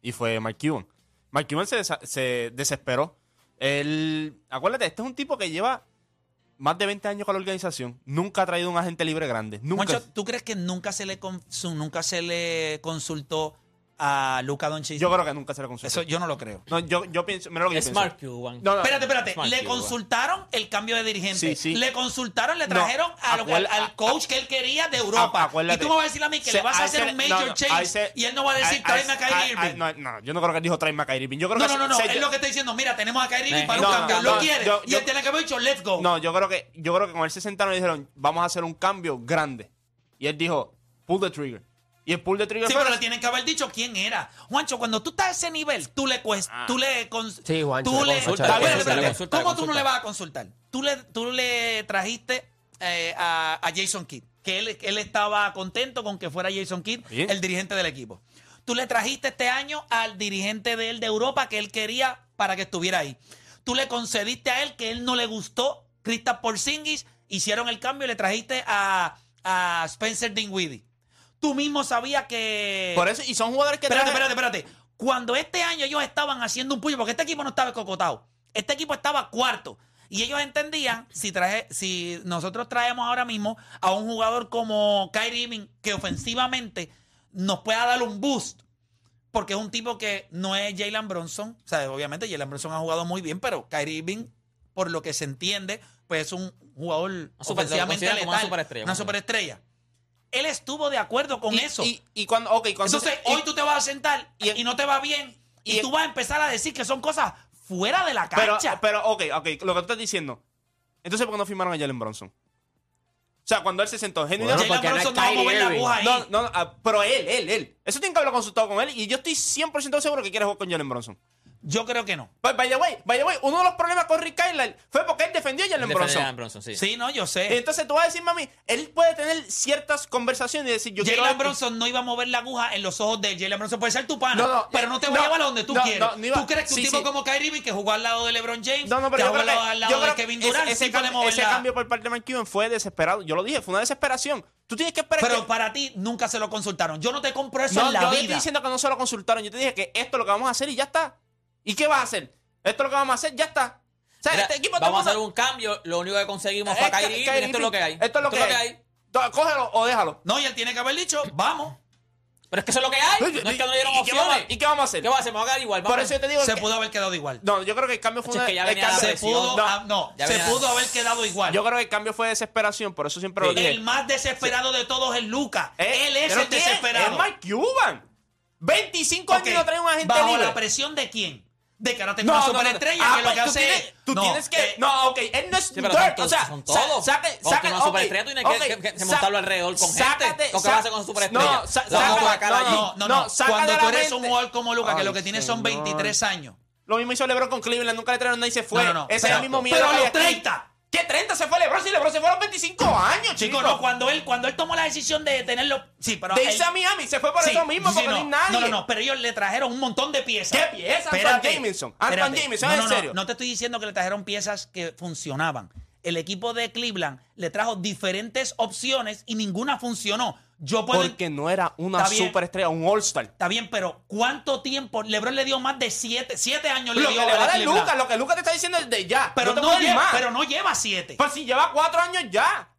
Speaker 11: Y fue Mark Cuban. Mark Cuban se, desa- se desesperó. Él, acuérdate, este es un tipo que lleva más de 20 años con la organización. Nunca ha traído un agente libre grande. Nunca.
Speaker 2: Moncho, ¿tú crees que nunca se le, con- su- nunca se le consultó a Luca Doncic?
Speaker 11: yo creo que nunca se lo consultó.
Speaker 2: Eso yo no lo creo.
Speaker 11: No, yo, yo pienso, mira lo que yo
Speaker 3: Es
Speaker 11: pienso.
Speaker 3: Mark Cuban.
Speaker 11: No, no,
Speaker 2: Espérate, espérate.
Speaker 3: Smart
Speaker 2: le
Speaker 3: Cuba.
Speaker 2: consultaron el cambio de dirigente.
Speaker 11: Sí, sí.
Speaker 2: Le consultaron, le trajeron a lo-
Speaker 11: acuérdate-
Speaker 2: al, al coach que él quería de Europa.
Speaker 11: A- Ah, acuérdate.
Speaker 2: Y tú me vas a decir a mí que
Speaker 11: Se-
Speaker 2: le vas a
Speaker 11: ahí se-
Speaker 2: hacer un
Speaker 11: no,
Speaker 2: major
Speaker 11: no,
Speaker 2: change
Speaker 11: ahí se-
Speaker 2: y él no va a
Speaker 11: ahí-
Speaker 2: decir tráeme a
Speaker 11: ahí-
Speaker 2: Kyrie
Speaker 11: ahí-
Speaker 2: Irving.
Speaker 11: no, no, yo no creo que él dijo tráeme a Kyrie Irving. Yo creo
Speaker 2: No,
Speaker 11: que
Speaker 2: no, no, no.
Speaker 11: se- se-
Speaker 2: es lo que está diciendo. Mira, tenemos a Kyrie Irving para
Speaker 11: No,
Speaker 2: un
Speaker 11: no,
Speaker 2: cambio.
Speaker 11: no,
Speaker 2: lo quiere.
Speaker 11: yo-
Speaker 2: y él
Speaker 11: yo-
Speaker 2: tiene que haber dicho, let's go.
Speaker 11: No, yo creo que yo creo que con él se sentaron y dijeron, vamos a hacer un cambio grande. Y él dijo, pull the trigger. Y el pull the trigger
Speaker 2: Sí,
Speaker 11: fue-
Speaker 2: pero le tienen que haber dicho quién era. Juancho, cuando tú estás a ese nivel, tú le cues- tú le cons-
Speaker 4: Sí, Juancho,
Speaker 2: tú
Speaker 4: le
Speaker 2: le
Speaker 4: consulta,
Speaker 2: Espérate,
Speaker 4: le
Speaker 2: espérate,
Speaker 3: consulta, le
Speaker 2: ¿Cómo tú
Speaker 3: consulta.
Speaker 2: no le vas a consultar? Tú le, tú le trajiste eh, a, a Jason Kidd, que él, él estaba contento con que fuera Jason Kidd
Speaker 11: Sí.
Speaker 2: el dirigente del equipo. Tú le trajiste este año al dirigente de él de Europa que él quería para que estuviera ahí. Tú le concediste a él que él no le gustó. Kristaps Porzingis hicieron el cambio y le trajiste a, a Spencer Dinwiddie. Tú mismo sabías que
Speaker 11: Por eso, y son jugadores que
Speaker 2: Espérate,
Speaker 11: traen-
Speaker 2: espérate, espérate. Cuando este año ellos estaban haciendo un puño, porque este equipo no estaba escocotado. Este equipo estaba cuarto. Y ellos entendían, si, traje, si nosotros traemos ahora mismo a un jugador como Kyrie Irving, que ofensivamente nos pueda dar un boost, porque es un tipo que no es Jalen Bronson. O sea, obviamente Jalen Bronson ha jugado muy bien, pero Kyrie Irving, por lo que se entiende, pues es un jugador
Speaker 3: super- lo
Speaker 2: ofensivamente
Speaker 3: consideran
Speaker 2: letal.
Speaker 3: como una superestrella.
Speaker 2: Una superestrella. Él estuvo de acuerdo con
Speaker 11: y,
Speaker 2: eso.
Speaker 11: Y, y cuando, ok, cuando
Speaker 2: Entonces,
Speaker 11: y-
Speaker 2: hoy tú te vas a sentar y,
Speaker 11: y-
Speaker 2: no te va bien y,
Speaker 11: y-
Speaker 2: tú vas a empezar a decir que son cosas fuera de la
Speaker 11: pero,
Speaker 2: cancha.
Speaker 11: pero, ok, ok, lo que tú estás diciendo. Entonces, ¿por qué no firmaron a Jalen Bronson? O sea, cuando él se sentó, genuinamente-
Speaker 2: Jalen
Speaker 4: porque no es
Speaker 2: Bronson no va a
Speaker 4: Kyrie
Speaker 2: mover la
Speaker 4: Irving.
Speaker 2: aguja ahí.
Speaker 11: No, no, no, ah, pero él, él, él. Eso tiene que haberlo consultado con él. Y yo estoy 100% seguro que quiere jugar con Jalen Bronson.
Speaker 2: Yo creo que no.
Speaker 11: By, by the way, by the way, uno de los problemas con Rick Carlisle fue porque él defendió a Jalen
Speaker 3: Defender a
Speaker 11: Bronson.
Speaker 3: Jalen Bronson, sí.
Speaker 2: Sí, no, yo
Speaker 11: Eh,
Speaker 2: sé.
Speaker 11: Entonces tú vas a decir, mami, él puede tener ciertas conversaciones y decir, yo quiero.
Speaker 2: Jalen
Speaker 11: esto.
Speaker 2: Bronson no iba a mover la aguja en los ojos de él. Jalen Bronson puede ser tu pana,
Speaker 11: No, no,
Speaker 2: pero no te va
Speaker 11: no,
Speaker 2: a llevar a donde tú
Speaker 11: no,
Speaker 2: quieres.
Speaker 11: no, no iba-
Speaker 2: ¿Tú crees que un
Speaker 11: sí,
Speaker 2: tipo
Speaker 11: sí.
Speaker 2: como Kyrie Irving que jugó al lado de LeBron James,
Speaker 11: No, no, pero
Speaker 2: que
Speaker 11: yo creo
Speaker 2: jugó al lado, al
Speaker 11: que,
Speaker 2: lado
Speaker 11: yo creo
Speaker 2: de Kevin
Speaker 11: que ese-
Speaker 2: Durant,
Speaker 11: ese,
Speaker 2: sí puede
Speaker 11: cambio,
Speaker 2: mover
Speaker 11: ese
Speaker 2: la-
Speaker 11: cambio por parte de McKeown fue desesperado. Yo lo dije, fue una desesperación. Tú tienes que esperar.
Speaker 2: Pero
Speaker 11: que,
Speaker 2: para ti nunca se lo consultaron. Yo no te compro eso
Speaker 11: no,
Speaker 2: en
Speaker 11: yo
Speaker 2: la
Speaker 11: no te
Speaker 2: vida.
Speaker 11: estoy diciendo que no se lo consultaron. Yo te dije que esto es lo que vamos a hacer y ya está. ¿Y qué vas a hacer? Esto es lo que vamos a hacer, ya está. O sea,
Speaker 3: Mira,
Speaker 11: este equipo todo el
Speaker 3: vamos a hacer
Speaker 11: mundo-
Speaker 3: un cambio. Lo único que conseguimos fue a
Speaker 11: Es que-
Speaker 3: Kyrie Irving. Esto es lo que hay.
Speaker 11: Esto es lo que hay. Do- Cógelo o déjalo.
Speaker 2: No, y él tiene que haber dicho, vamos.
Speaker 3: Pero es que eso es lo que hay. No es que no dieron
Speaker 11: ¿Y qué vamos a-
Speaker 3: opciones.
Speaker 11: ¿Y qué vamos a hacer?
Speaker 3: ¿Qué va a hacer? Vamos a quedar igual.
Speaker 11: Por eso yo te digo
Speaker 2: Se
Speaker 11: que-
Speaker 2: pudo haber quedado igual.
Speaker 11: No, yo creo que el cambio fue
Speaker 3: Hacho,
Speaker 11: una...
Speaker 3: es que ya
Speaker 11: el
Speaker 3: venía
Speaker 11: cambio-
Speaker 3: la
Speaker 2: se
Speaker 3: presión.
Speaker 2: pudo,
Speaker 11: No.
Speaker 2: ah, no,
Speaker 3: Ya
Speaker 2: se
Speaker 3: verás.
Speaker 2: pudo haber quedado igual.
Speaker 11: Yo creo que el cambio fue desesperación, por eso siempre lo dije.
Speaker 2: El más desesperado de todos es Lucas.
Speaker 11: Eh,
Speaker 2: Él es
Speaker 11: ¿pero
Speaker 2: el
Speaker 11: quién?
Speaker 2: desesperado.
Speaker 11: Es Mark Cuban. 25
Speaker 2: Ok,
Speaker 11: años no trae un agente
Speaker 2: ¿Bajo
Speaker 11: libre.
Speaker 2: la presión de quién? De que ahora tengo una superestrella
Speaker 11: Ah,
Speaker 2: que lo
Speaker 11: pues
Speaker 2: que
Speaker 11: tú
Speaker 2: hace
Speaker 11: tienes,
Speaker 2: es-
Speaker 11: tú
Speaker 2: No,
Speaker 11: tienes que
Speaker 2: eh,
Speaker 11: no, ok, él no es
Speaker 3: Sí, pero
Speaker 11: dirt,
Speaker 3: son todos,
Speaker 11: o sea,
Speaker 3: son
Speaker 11: sa-
Speaker 3: todos.
Speaker 11: saque-
Speaker 3: Cuando
Speaker 11: saque-
Speaker 3: tú una
Speaker 11: ok,
Speaker 3: superestrella, tú tienes que-
Speaker 11: ok,
Speaker 3: que- que
Speaker 11: sa-
Speaker 3: montarlo alrededor con gente.
Speaker 11: sácate-
Speaker 3: ¿O qué vas a
Speaker 11: sa-
Speaker 3: hacer con una superestrella?
Speaker 11: No, sa-
Speaker 3: Lo vamos a
Speaker 11: saca-
Speaker 3: colocar allí.
Speaker 11: no,
Speaker 2: no, no,
Speaker 11: no,
Speaker 2: no.
Speaker 11: saca
Speaker 2: Cuando
Speaker 11: de
Speaker 2: tú
Speaker 11: la
Speaker 2: eres un
Speaker 11: mente.
Speaker 2: jugador como Lucas, que
Speaker 11: Ay,
Speaker 2: lo que tiene son
Speaker 11: señor.
Speaker 2: 23 años.
Speaker 11: Lo mismo hizo LeBron con Cleveland, nunca le trajeron nadie y se fue.
Speaker 2: No, no, no,
Speaker 11: Ese es el
Speaker 2: exacto.
Speaker 11: mismo miedo.
Speaker 2: Pero
Speaker 11: que
Speaker 2: a los
Speaker 11: hay aquí.
Speaker 2: 30.
Speaker 11: ¿Qué 30 se fue LeBron? Si LeBron se fue a los 25 años,
Speaker 2: Chicos,
Speaker 11: chicos.
Speaker 2: no, cuando él, cuando él tomó la decisión de tenerlo. Sí, pero.
Speaker 11: de
Speaker 2: él-
Speaker 11: irse a Miami, se fue por
Speaker 2: Sí,
Speaker 11: eso mismo,
Speaker 2: sí,
Speaker 11: porque no
Speaker 2: no,
Speaker 11: hay nadie.
Speaker 2: No, no, no, pero ellos le trajeron un montón de piezas.
Speaker 11: ¿Qué piezas? Antoine
Speaker 2: Espérate,
Speaker 11: Jameson. Antoine
Speaker 2: espérate.
Speaker 11: Jameson,
Speaker 2: no,
Speaker 11: en
Speaker 2: no, no,
Speaker 11: serio.
Speaker 2: No, te estoy diciendo que le trajeron piezas que funcionaban. El equipo de Cleveland le trajo diferentes opciones y ninguna funcionó. Yo puedo.
Speaker 11: Porque no era una
Speaker 2: Está bien.
Speaker 11: superestrella, un All-Star.
Speaker 2: Está bien, pero ¿cuánto tiempo? LeBron le dio más de siete, siete años.
Speaker 11: Lo
Speaker 2: le
Speaker 11: que
Speaker 2: dio
Speaker 11: le
Speaker 2: a
Speaker 11: va a dar
Speaker 2: Cleveland.
Speaker 11: Lucas, lo que Lucas te está diciendo es de ya.
Speaker 2: pero,
Speaker 11: te
Speaker 2: no
Speaker 11: puedes ir
Speaker 2: lleva,
Speaker 11: más.
Speaker 2: pero no lleva siete.
Speaker 11: Pues si lleva cuatro años ya.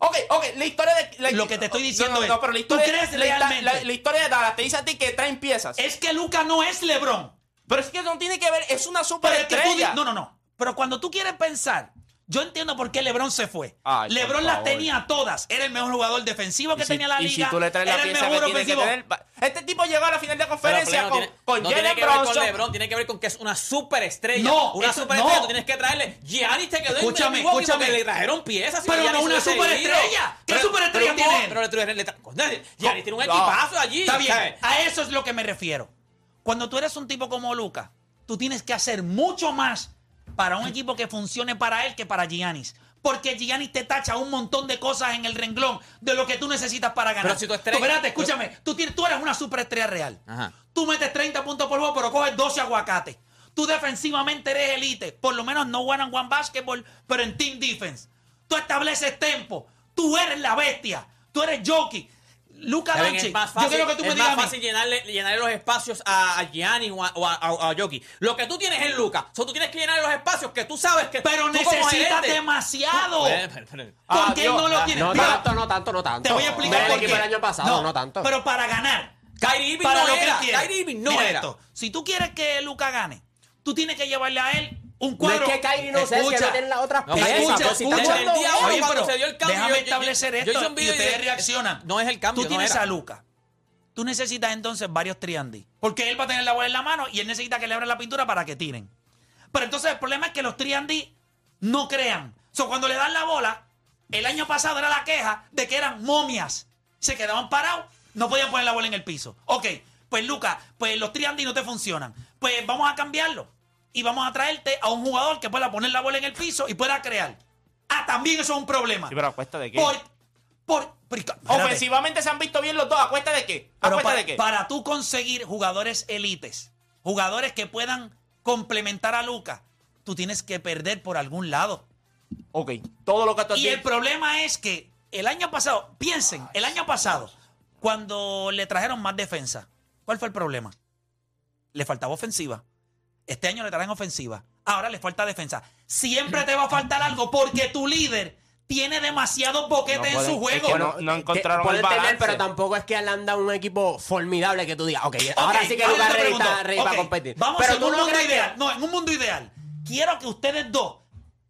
Speaker 11: Ok, ok, la historia de. la-
Speaker 2: Lo que te estoy diciendo
Speaker 11: no, no,
Speaker 2: es,
Speaker 11: no, pero la
Speaker 2: ¿tú
Speaker 11: historia,
Speaker 2: crees
Speaker 11: la, la-
Speaker 2: realmente?
Speaker 11: la- la historia de Dallas te dice a ti que traen piezas.
Speaker 2: Es que Lucas no es LeBron.
Speaker 11: pero es que no tiene que ver, es una
Speaker 2: Pero es que tú di-
Speaker 11: superestrella.
Speaker 2: No, no, no. Pero cuando tú quieres pensar, Yo entiendo por qué LeBron se fue.
Speaker 11: Ay, por
Speaker 2: LeBron las
Speaker 11: favor.
Speaker 2: tenía todas. Era el mejor jugador defensivo que
Speaker 11: si-
Speaker 2: tenía la
Speaker 11: y
Speaker 2: liga.
Speaker 11: si tú le traes la
Speaker 2: era el
Speaker 11: pieza que
Speaker 2: mejor
Speaker 11: tiene que
Speaker 2: ofensivo.
Speaker 11: tener, va- Este tipo llegó a la final de
Speaker 3: Pero
Speaker 11: conferencia
Speaker 3: Play no
Speaker 11: con,
Speaker 3: tiene-
Speaker 11: con
Speaker 3: no
Speaker 11: Jalen
Speaker 3: tiene que ver con
Speaker 11: Bronson.
Speaker 3: LeBron, tiene que ver con que es una superestrella.
Speaker 2: No,
Speaker 3: una
Speaker 2: eso-
Speaker 3: superestrella,
Speaker 2: no.
Speaker 3: tú tienes que traerle. Giannis te quedó
Speaker 2: Escúchame,
Speaker 3: en Milwaukee
Speaker 2: escúchame.
Speaker 3: porque le trajeron piezas. y
Speaker 2: Pero
Speaker 3: Giannis
Speaker 2: no una
Speaker 3: hubiese
Speaker 2: superestrella.
Speaker 3: ido.
Speaker 2: ¿Qué superestrella
Speaker 3: pero,
Speaker 2: tiene él?
Speaker 3: Pero le trajeron- le tra- coño, Giannis tiene un
Speaker 11: No.
Speaker 3: equipazo allí.
Speaker 2: Está bien,
Speaker 3: ¿sabes?
Speaker 2: a eso es lo que me refiero. Cuando tú eres un tipo como Luca, tú tienes que hacer mucho más para un equipo que funcione para él que para Giannis. Porque Giannis te tacha un montón de cosas en el renglón de lo que tú necesitas para ganar.
Speaker 3: Pero si tu estrella-
Speaker 2: espérate, escúchame. Eh, Tú, tienes- tú eres una superestrella real.
Speaker 3: Ajá.
Speaker 2: Tú metes 30 puntos por juego, pero coges 12 aguacates. Tú defensivamente eres elite. Por lo menos no one on one basketball, pero en team defense. Tú estableces tempo. Tú eres la bestia. Tú eres jockey. Luca
Speaker 3: Saben,
Speaker 2: Doncic,
Speaker 3: es más
Speaker 2: yo
Speaker 3: fácil,
Speaker 2: quiero que tú me
Speaker 3: es
Speaker 2: digas
Speaker 3: más
Speaker 2: a mí,
Speaker 3: fácil llenarle, llenarle los espacios a, a Gianni o a, o a- a- a Jokic. Lo que tú tienes es Lucas. O sea, tú tienes que llenar los espacios que tú sabes que.
Speaker 2: Pero
Speaker 3: tú como
Speaker 2: necesitas
Speaker 3: gerente-
Speaker 2: demasiado.
Speaker 3: Bueno, pero- pero-
Speaker 2: ¿Por
Speaker 11: Ah,
Speaker 2: qué
Speaker 11: Dios,
Speaker 2: no lo
Speaker 11: ah,
Speaker 2: tienes?
Speaker 4: No
Speaker 2: Mira,
Speaker 4: tanto, no tanto, no tanto.
Speaker 2: te voy a explicar
Speaker 4: Ve el
Speaker 2: por qué.
Speaker 4: equipo el año pasado, no, tanto.
Speaker 2: Pero para ganar.
Speaker 3: Kyrie Irving
Speaker 2: para
Speaker 3: no
Speaker 2: lo que
Speaker 3: era,
Speaker 2: él quiere.
Speaker 3: Kyrie Irving no
Speaker 2: Mira
Speaker 3: era.
Speaker 2: esto, Si tú quieres que Luca gane, tú tienes que llevarle a él un
Speaker 4: no es
Speaker 2: cuadro.
Speaker 4: que Kyrie no sea, es que no tiene las otras
Speaker 3: No,
Speaker 4: piezas.
Speaker 3: escucha,
Speaker 4: pues, si está
Speaker 3: escucha.
Speaker 4: jugando
Speaker 3: Desde el día
Speaker 4: bien.
Speaker 2: Oye,
Speaker 3: uno, cuando
Speaker 2: pero
Speaker 3: se dio el cambio,
Speaker 2: déjame
Speaker 3: yo- yo-
Speaker 2: establecer
Speaker 3: yo hice
Speaker 2: esto
Speaker 3: un video
Speaker 2: y
Speaker 3: y
Speaker 2: ustedes
Speaker 3: dije,
Speaker 2: reaccionan.
Speaker 3: no es el cambio,
Speaker 2: Tú
Speaker 3: no
Speaker 2: tienes
Speaker 3: era.
Speaker 2: a Luca. Tú necesitas entonces varios triandis. Porque él va a tener la bola en la mano y él necesita que le abran la pintura para que tiren. Pero entonces el problema es que los triandis no crean. O sea, cuando le dan la bola, el año pasado era la queja de que eran momias. Se quedaban parados, no podían poner la bola en el piso. Ok, pues Luca, pues los triandis no te funcionan. Pues vamos a cambiarlo. Y vamos a traerte a un jugador que pueda poner la bola en el piso y pueda crear. Ah, también eso es un problema.
Speaker 11: Sí, pero ¿a cuesta de qué?
Speaker 2: Por, por, por- espérate.
Speaker 11: Ofensivamente se han visto bien los dos. ¿A cuesta de qué? ¿A
Speaker 2: Pero
Speaker 11: cuesta
Speaker 2: pa-
Speaker 11: de qué?
Speaker 2: para tú conseguir jugadores élites, jugadores que puedan complementar a Luca, tú tienes que perder por algún lado.
Speaker 11: Ok, todo lo que tú has
Speaker 2: Y el
Speaker 11: dicho.
Speaker 2: problema es que el año pasado, piensen, el año pasado, cuando le trajeron más defensa, ¿cuál fue el problema? Le faltaba ofensiva. Este año le traen ofensiva. Ahora le falta defensa. Siempre te va a faltar algo porque tu líder tiene demasiados boquetes en su juego.
Speaker 11: que no- no
Speaker 4: Que
Speaker 11: encontraron
Speaker 4: pueden
Speaker 11: el
Speaker 4: tener,
Speaker 11: balance.
Speaker 4: pero tampoco es que le han dado un equipo formidable que tú digas, ok, ahora sí que
Speaker 2: ahora
Speaker 4: Luca
Speaker 2: yo te
Speaker 4: Rey
Speaker 2: pregunto,
Speaker 4: está ready para
Speaker 2: ok,
Speaker 4: competir.
Speaker 2: Vamos
Speaker 4: pero
Speaker 2: en un mundo ideal. No, en un mundo ideal. Quiero que ustedes dos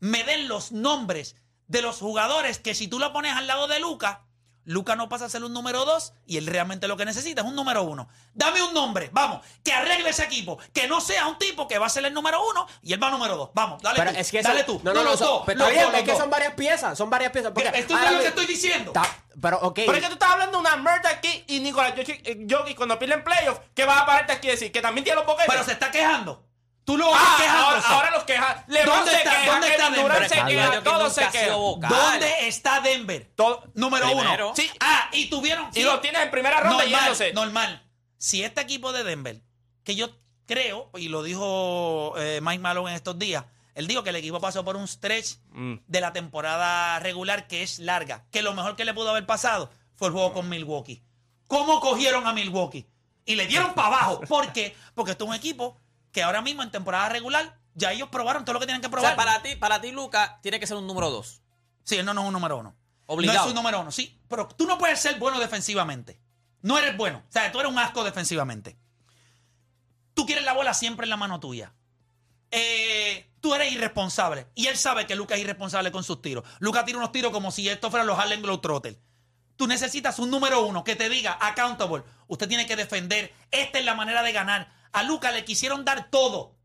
Speaker 2: me den los nombres de los jugadores que si tú lo pones al lado de Luca, Luca no pasa a ser un número dos y él realmente lo que necesita es un número uno. Dame un nombre, vamos, que arregle ese equipo, que no sea un tipo que va a ser el número uno y él va número dos. Vamos, dale
Speaker 4: Pero
Speaker 2: tú,
Speaker 4: es que
Speaker 2: dale
Speaker 4: son-
Speaker 2: tú.
Speaker 4: No, no, no,
Speaker 2: los
Speaker 4: son-
Speaker 2: dos,
Speaker 4: pero
Speaker 2: los
Speaker 4: está bien,
Speaker 2: dos,
Speaker 4: es
Speaker 2: los
Speaker 4: que
Speaker 2: dos.
Speaker 4: son varias piezas, son varias piezas.
Speaker 11: Eh,
Speaker 4: Porque,
Speaker 2: Esto es
Speaker 4: ahora
Speaker 2: lo que
Speaker 4: mismo-
Speaker 2: estoy diciendo.
Speaker 4: Está- pero, ok.
Speaker 11: Pero es que tú estás hablando una mierda aquí y Nicolás Jokic eh, Jokic cuando pide en playoffs, ¿qué vas a pararte aquí y decir? Que también tiene los boquetes.
Speaker 2: Pero se está quejando. Tú lo vas
Speaker 11: Ah,
Speaker 2: quejando.
Speaker 11: ahora, ahora los quejas. LeBron
Speaker 2: ¿Dónde
Speaker 11: se
Speaker 2: está-
Speaker 11: queja,
Speaker 2: dónde está
Speaker 11: Kevin Durant
Speaker 2: Denver?
Speaker 11: se
Speaker 4: Pero
Speaker 11: queja,
Speaker 3: Jokic
Speaker 11: todos
Speaker 3: nunca
Speaker 11: se
Speaker 3: ha sido
Speaker 11: quejan.
Speaker 3: vocal.
Speaker 2: ¿Dónde está Denver?
Speaker 11: Todo-
Speaker 2: Número
Speaker 3: Primero.
Speaker 2: uno.
Speaker 11: Sí.
Speaker 2: Ah, y tuvieron.
Speaker 11: Y lo tienes en primera ronda
Speaker 2: normal,
Speaker 11: yéndose.
Speaker 2: Normal. Si este equipo de Denver, que yo creo, y lo dijo eh, Mike Malone en estos días, él dijo que el equipo pasó por un stretch
Speaker 11: Mm.
Speaker 2: de la temporada regular que es larga, que lo mejor que le pudo haber pasado fue el juego con Milwaukee. ¿Cómo cogieron a Milwaukee? Y le dieron para abajo. ¿Por qué? Porque esto es un equipo que ahora mismo en temporada regular ya ellos probaron todo lo que tienen que
Speaker 3: O sea,
Speaker 2: probar.
Speaker 3: para ti, para ti, Luca, tiene que ser un número dos.
Speaker 2: Sí, él no, no es un número uno.
Speaker 3: Obligado.
Speaker 2: No es un número uno, sí. Pero tú no puedes ser bueno defensivamente. No eres bueno. O sea, tú eres un asco defensivamente. Tú quieres la bola siempre en la mano tuya. Eh, tú eres irresponsable. Y él sabe que Lucas es irresponsable con sus tiros. Lucas tira unos tiros como si esto fuera los Harlem Globetrotters. Tú necesitas un número uno que te diga, accountable, usted tiene que defender. Esta es la manera de ganar. A Lucas le quisieron dar todo.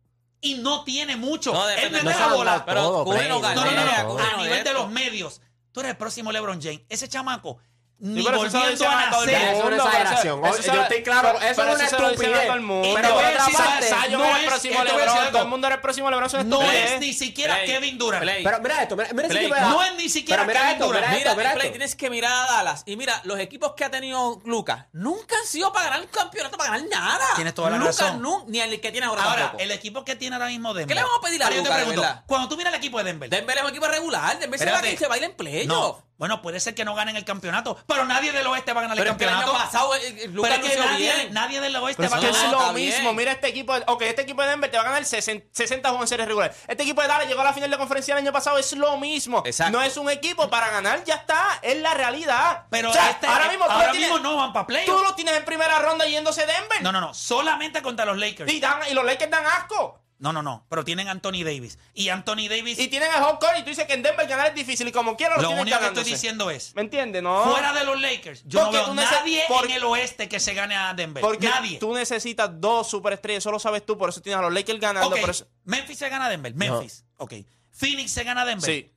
Speaker 2: Y no tiene mucho.
Speaker 3: No,
Speaker 2: él
Speaker 3: depende-
Speaker 2: mete
Speaker 3: no se
Speaker 2: la
Speaker 3: lo han
Speaker 2: bola.
Speaker 4: dado
Speaker 3: Pero
Speaker 4: todo,
Speaker 3: Curry
Speaker 4: Play,
Speaker 3: no
Speaker 4: no se
Speaker 2: No,
Speaker 3: ganó.
Speaker 2: no, no,
Speaker 4: Mira,
Speaker 2: no.
Speaker 4: Curry
Speaker 3: Curry
Speaker 2: A
Speaker 3: no
Speaker 2: nivel de
Speaker 3: esto.
Speaker 2: los medios. Tú eres el próximo LeBron James. Ese chamaco, ni
Speaker 11: pero eso se lo
Speaker 2: volviendo
Speaker 11: dicen
Speaker 2: a
Speaker 11: a todo el
Speaker 4: Ya,
Speaker 2: nacer.
Speaker 4: es una
Speaker 11: mundo, pero
Speaker 4: exageración.
Speaker 11: eso- eso
Speaker 4: Yo
Speaker 11: se lo-
Speaker 4: estoy claro,
Speaker 11: pero-
Speaker 4: eso
Speaker 11: pero
Speaker 4: es una
Speaker 11: eso se lo dicen a todo el
Speaker 4: estupidez.
Speaker 11: mundo.
Speaker 4: Pero por otra
Speaker 2: Sí, sí,
Speaker 4: parte-
Speaker 2: sí,
Speaker 11: Zion
Speaker 2: no
Speaker 11: era el
Speaker 2: es-
Speaker 11: próximo
Speaker 2: yo te voy a
Speaker 11: LeBron,
Speaker 2: decir
Speaker 11: todo el
Speaker 2: algo.
Speaker 11: mundo era el próximo LeBron, eso es
Speaker 2: No
Speaker 11: estupidez.
Speaker 2: es ni siquiera
Speaker 3: Play,
Speaker 2: Kevin Durant.
Speaker 3: play.
Speaker 4: Pero mira esto, mira, mira este
Speaker 3: Play,
Speaker 4: tipo de-
Speaker 2: no es ni siquiera
Speaker 4: Pero mira
Speaker 2: Kevin
Speaker 4: esto,
Speaker 2: Durant.
Speaker 4: mira esto,
Speaker 3: Mira,
Speaker 4: mira
Speaker 3: Play,
Speaker 4: esto.
Speaker 3: tienes que mirar a Dallas. Y mira, los equipos que ha tenido Lucas nunca han sido para ganar un campeonato, para ganar nada.
Speaker 2: Tienes toda la
Speaker 3: Lucas
Speaker 2: razón.
Speaker 3: nu- ni el que tiene ahora,
Speaker 2: Ahora,
Speaker 3: tampoco.
Speaker 2: el equipo que tiene ahora mismo Denver.
Speaker 3: ¿Qué le vamos a pedir a
Speaker 2: Ahora yo te
Speaker 3: Luka, de
Speaker 2: pregunto,
Speaker 3: verdad?
Speaker 2: cuando tú miras el equipo de Denver.
Speaker 3: Denver es un equipo regular. Denver se va,
Speaker 2: Espérate.
Speaker 3: se va a ir en playoff.
Speaker 2: No. Bueno, puede ser que no ganen el campeonato, pero nadie del oeste va a ganar
Speaker 3: Pero
Speaker 2: el
Speaker 3: es que el año
Speaker 2: campeonato.
Speaker 3: pasado eh, eh,
Speaker 2: pero
Speaker 3: Lucas
Speaker 2: es que
Speaker 3: lució
Speaker 2: nadie,
Speaker 3: bien.
Speaker 2: nadie del oeste
Speaker 11: Pero
Speaker 2: va a
Speaker 11: es que
Speaker 3: no,
Speaker 11: es
Speaker 2: ganar.
Speaker 11: lo
Speaker 3: está
Speaker 11: mismo.
Speaker 3: bien.
Speaker 11: Mira, este equipo. de- Ok, este equipo de Denver te va a ganar 60, 60 juegos en series regulares. Este equipo de Dallas llegó a la final de conferencia el año pasado. Es lo mismo.
Speaker 3: Exacto.
Speaker 11: No es un equipo para ganar, ya está. Es la realidad.
Speaker 2: Pero
Speaker 11: O sea,
Speaker 2: este-
Speaker 11: ahora mismo, tú,
Speaker 2: ahora
Speaker 11: lo tienes-
Speaker 2: mismo no van para play.
Speaker 11: tú lo tienes en primera ronda yéndose Denver.
Speaker 2: No, no, no. Solamente contra los Lakers.
Speaker 11: Y, dan- y los Lakers dan asco.
Speaker 2: No, no, no. Pero tienen a Anthony Davis. Y Anthony Davis.
Speaker 11: Y tienen a Hong Kong y tú dices que en Denver ganar es difícil y como quiera lo,
Speaker 2: lo
Speaker 11: tienen
Speaker 2: único que estoy
Speaker 11: ganándose.
Speaker 2: diciendo es.
Speaker 11: ¿Me entiendes? No.
Speaker 2: Fuera de los Lakers. Yo
Speaker 11: Porque
Speaker 2: no
Speaker 11: tú
Speaker 2: veo
Speaker 11: neces-
Speaker 2: nadie
Speaker 11: porque-
Speaker 2: en el oeste que se gane a Denver.
Speaker 11: Porque
Speaker 2: nadie.
Speaker 11: tú necesitas dos superestrellas, eso lo sabes tú, por eso tienes a los Lakers ganando.
Speaker 2: Ok,
Speaker 11: por eso-
Speaker 2: Memphis se gana a Denver. Memphis. Ok. Phoenix se gana a Denver.
Speaker 11: Sí.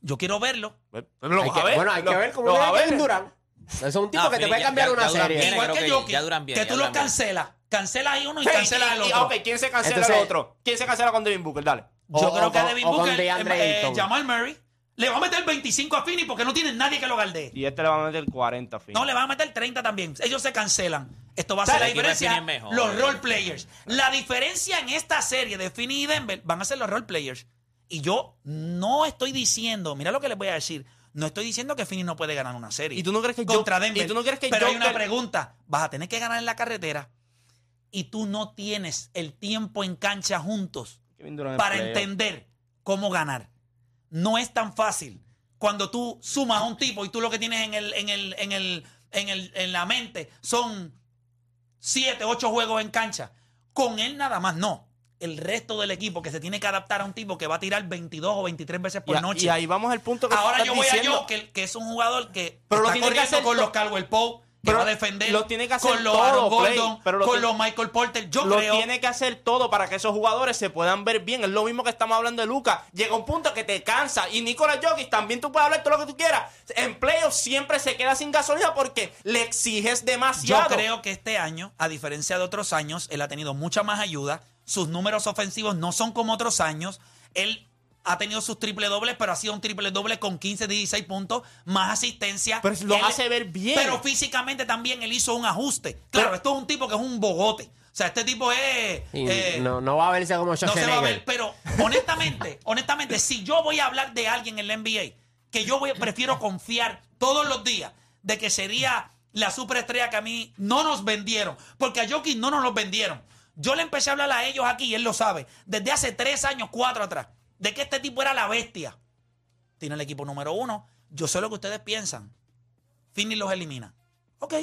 Speaker 2: Yo quiero verlo.
Speaker 11: Lo
Speaker 4: Hay
Speaker 11: vas a
Speaker 4: que-
Speaker 11: ver.
Speaker 4: bueno, hay
Speaker 11: lo-
Speaker 4: que ver cómo
Speaker 11: lo
Speaker 4: viene
Speaker 11: vas a ver.
Speaker 4: Kevin Durant. Es un tipo
Speaker 3: No,
Speaker 4: que te
Speaker 3: Phoenix
Speaker 4: puede
Speaker 3: Ah, ya-
Speaker 4: cambiar
Speaker 3: ya-
Speaker 4: una
Speaker 3: ya Durant
Speaker 4: serie.
Speaker 3: viene,
Speaker 2: Igual
Speaker 3: creo
Speaker 2: que
Speaker 3: que
Speaker 2: Jokic.
Speaker 3: ya duran bien,
Speaker 2: que
Speaker 3: ya
Speaker 2: tú
Speaker 3: duran
Speaker 2: lo
Speaker 3: bien.
Speaker 2: cancelas. Cancelas ahí uno y
Speaker 11: Sí,
Speaker 2: cancelas
Speaker 11: y-
Speaker 2: al
Speaker 11: y-
Speaker 2: otro.
Speaker 11: ok, ¿quién se cancela
Speaker 4: Entonces-
Speaker 11: el otro? ¿Quién se cancela con Devin Booker? Dale.
Speaker 2: Yo
Speaker 4: O-
Speaker 2: creo
Speaker 4: o
Speaker 2: que a
Speaker 4: con-
Speaker 2: Devin
Speaker 4: o con
Speaker 2: Booker,
Speaker 4: DeAndre
Speaker 2: eh, eh,
Speaker 4: Ayton.
Speaker 2: Jamal Murray, le va a meter 25 a Phoenix porque no tiene nadie que lo galdee.
Speaker 11: Y este le va a meter 40, fin.
Speaker 2: No, le van a meter 30 también. Ellos se cancelan. Esto va a
Speaker 3: Sabe
Speaker 2: ser la
Speaker 3: que Phoenix
Speaker 2: diferencia.
Speaker 3: es mejor.
Speaker 2: Los role players. La diferencia en esta serie de Phoenix y Denver van a ser los role players. Y yo no estoy diciendo, mira lo que les voy a decir. No estoy diciendo que Phoenix no puede ganar una serie.
Speaker 11: ¿Y tú no crees que yo-
Speaker 2: contra Denver?
Speaker 11: ¿Y tú no crees que
Speaker 2: Pero hay una
Speaker 11: Joker-
Speaker 2: pregunta. Vas a tener que ganar en la carretera y tú no tienes el tiempo en cancha juntos
Speaker 11: Kevin Durant en
Speaker 2: para
Speaker 11: playoff.
Speaker 2: entender cómo ganar. No es tan fácil cuando tú sumas a un tipo y tú lo que tienes en el, en el, en el, en el- en la mente son siete, ocho juegos en cancha. Con él nada más, no. El resto del equipo que se tiene que adaptar a un tipo que va a tirar 22 o 23 veces
Speaker 11: Y,
Speaker 2: por
Speaker 11: a-
Speaker 2: noche.
Speaker 11: y ahí vamos al punto que tú
Speaker 2: Ahora
Speaker 11: estás
Speaker 2: yo voy
Speaker 11: diciendo.
Speaker 2: a Joker, que es un jugador que
Speaker 11: Pero lo
Speaker 2: está
Speaker 11: tiene que
Speaker 2: corriendo
Speaker 11: hacer
Speaker 2: con
Speaker 11: to-
Speaker 2: los Caldwell Pope, que
Speaker 11: Pero
Speaker 2: va a defender,
Speaker 11: lo tiene que hacer
Speaker 2: con los
Speaker 11: todo,
Speaker 2: Aaron
Speaker 11: Play,
Speaker 2: Gordon,
Speaker 11: pero lo
Speaker 2: con
Speaker 11: tiene-
Speaker 2: los Michael Porter. Yo
Speaker 11: lo
Speaker 2: creo
Speaker 11: tiene que hacer todo para que esos jugadores se puedan ver bien. Es lo mismo que estamos hablando de Lucas. Llega un punto que te cansa. Y Nicolás Jokic, también tú puedes hablar todo lo que tú quieras. En playoffs siempre se queda sin gasolina porque le exiges
Speaker 2: Yo
Speaker 11: demasiado.
Speaker 2: creo que este año, a diferencia de otros años, él ha tenido mucha más ayuda. Sus números ofensivos no son como otros años. Él ha tenido sus triple dobles, pero ha sido un triple doble con 15, 16 puntos, más asistencia.
Speaker 11: Pero lo
Speaker 2: Él-
Speaker 11: hace ver bien.
Speaker 2: Pero físicamente también él hizo un ajuste. Claro,
Speaker 11: Pero-
Speaker 2: esto es un tipo que es un bogote. O sea, este tipo es...
Speaker 4: Y
Speaker 2: eh,
Speaker 4: no, no va a verse como
Speaker 2: no se va a ver,
Speaker 4: Schwarzenegger.
Speaker 2: pero honestamente, honestamente, si yo voy a hablar de alguien en la NBA, que yo voy- prefiero confiar todos los días de que sería la superestrella que a mí no nos vendieron, porque a Jokic no nos los vendieron. Yo le empecé a hablar a ellos aquí, y él lo sabe, desde hace tres años, cuatro atrás, de que este tipo era la bestia. Tiene el equipo número uno. Yo sé lo que ustedes piensan. Finney los elimina. Ok,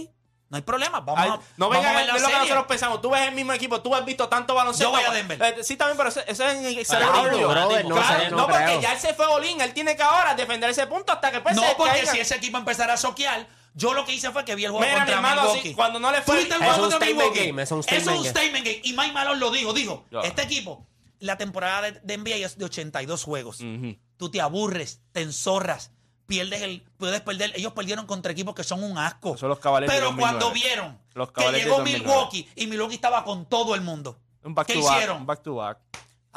Speaker 2: no hay problema. Vamos
Speaker 11: Ay,
Speaker 2: a,
Speaker 11: no
Speaker 2: vamos
Speaker 11: venga
Speaker 2: a
Speaker 11: a
Speaker 2: ver la
Speaker 11: lo que
Speaker 2: serie.
Speaker 11: nosotros pensamos. Tú ves el mismo equipo, tú has visto tanto baloncesto.
Speaker 2: Yo voy a Denver.
Speaker 11: Eh, sí, también, pero ese, ese es en el cerebro
Speaker 4: Diablo,
Speaker 11: tuyo.
Speaker 4: brother, no
Speaker 11: Claro,
Speaker 4: sé, no
Speaker 11: no, porque
Speaker 4: creo.
Speaker 11: ya él se fue Bolín. Él tiene que ahora defender ese punto hasta que pues,
Speaker 2: no,
Speaker 11: se
Speaker 2: porque
Speaker 11: caiga.
Speaker 2: si ese equipo empezara a soquear, yo lo que hice fue que vi el juego
Speaker 11: Mira, mi
Speaker 2: contra
Speaker 11: hermano,
Speaker 2: Milwaukee.
Speaker 11: sí, cuando no le
Speaker 2: ¿Tú
Speaker 11: fue-
Speaker 2: viste el
Speaker 11: Es
Speaker 2: juego
Speaker 4: un
Speaker 2: contra
Speaker 4: statement
Speaker 2: Milwaukee?
Speaker 4: game, es un
Speaker 2: Eso es
Speaker 4: statement
Speaker 2: un
Speaker 4: game.
Speaker 2: statement game. Y Mike Malone lo dijo, dijo,
Speaker 11: Ya.
Speaker 2: este equipo, la temporada de, de NBA es de 82 juegos. Tú te aburres, te enzorras, pierdes el, puedes perder. Ellos perdieron contra equipos que son un asco.
Speaker 11: Son los Cavaliers de
Speaker 2: Pero cuando
Speaker 11: 2009.
Speaker 2: vieron
Speaker 11: Los
Speaker 2: que
Speaker 11: Cavaliers de
Speaker 2: llegó
Speaker 11: 2009.
Speaker 2: Milwaukee y Milwaukee estaba con todo el mundo.
Speaker 11: Un back
Speaker 2: ¿Qué
Speaker 11: to back,
Speaker 2: hicieron?
Speaker 11: un back to back.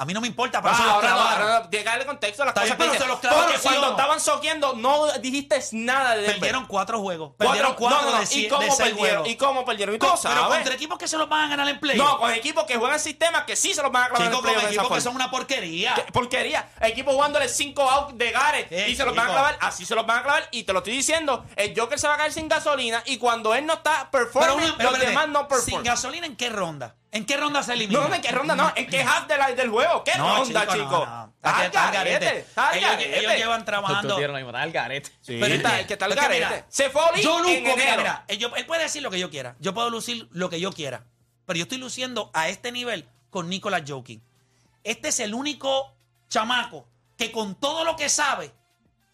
Speaker 2: A mí no me importa, pero
Speaker 11: Ah,
Speaker 2: se los
Speaker 11: ahora no,
Speaker 2: clavaron.
Speaker 11: ahora no, tiene que darle contexto a las
Speaker 2: Está bien,
Speaker 11: cosas que
Speaker 2: pero
Speaker 11: dice.
Speaker 2: se los clavaron
Speaker 11: Porque
Speaker 2: que sí o
Speaker 11: cuando
Speaker 2: no.
Speaker 11: estaban soqueando no dijiste nada de Denver.
Speaker 2: Perdieron cuatro juegos.
Speaker 11: Cuatro-
Speaker 2: Perdieron cuatro,
Speaker 11: no, no, no,
Speaker 2: de, sie-
Speaker 11: ¿Y cómo
Speaker 2: de seis
Speaker 11: perdieron?
Speaker 2: juegos.
Speaker 11: ¿Y cómo perdieron? ¿Y tú
Speaker 2: Co-
Speaker 11: sabes?
Speaker 2: pero contra equipos que se los van a ganar en play.
Speaker 11: No, con equipos que juegan sistemas que sí se los van a clavar
Speaker 2: Chicos,
Speaker 11: en playoff
Speaker 2: con
Speaker 11: de esa
Speaker 2: equipos
Speaker 11: forma.
Speaker 2: que son una porquería.
Speaker 11: Qué Porquería. Equipo jugándole 5 out de Gareth
Speaker 2: Eh,
Speaker 11: y se los van a
Speaker 2: chico.
Speaker 11: clavar. Así se los van a clavar. Y te lo estoy diciendo. El Joker se va a caer sin gasolina. Y cuando él no está
Speaker 2: Pero,
Speaker 11: performing,
Speaker 2: una- pero
Speaker 11: los
Speaker 2: espérate,
Speaker 11: demás no
Speaker 2: sin
Speaker 11: performan.
Speaker 2: gasolina, ¿en qué ronda? ¿En qué ronda se elimina?
Speaker 11: No, no, en qué ronda no. En qué half de la- del juego. ¿Qué
Speaker 2: No,
Speaker 11: ronda,
Speaker 2: chico, no,
Speaker 11: chico?
Speaker 2: no. Está
Speaker 11: Al
Speaker 2: que- está al garete.
Speaker 11: garete, está al
Speaker 2: Ellos-
Speaker 11: garete.
Speaker 2: Ellos llevan trabajando.
Speaker 3: Tú tienes lo mismo, está el garete.
Speaker 11: Pero está,
Speaker 2: es
Speaker 11: que está el
Speaker 2: es
Speaker 11: garete.
Speaker 2: mira,
Speaker 11: Se fue Oli
Speaker 2: Yo
Speaker 11: en
Speaker 2: luzco, mira,
Speaker 11: enero.
Speaker 2: mira, él, yo- él puede decir lo que yo quiera. Yo puedo lucir lo que yo quiera. Pero yo estoy luciendo a este nivel con Nicolas Jokic. Este es el único chamaco que con todo lo que sabe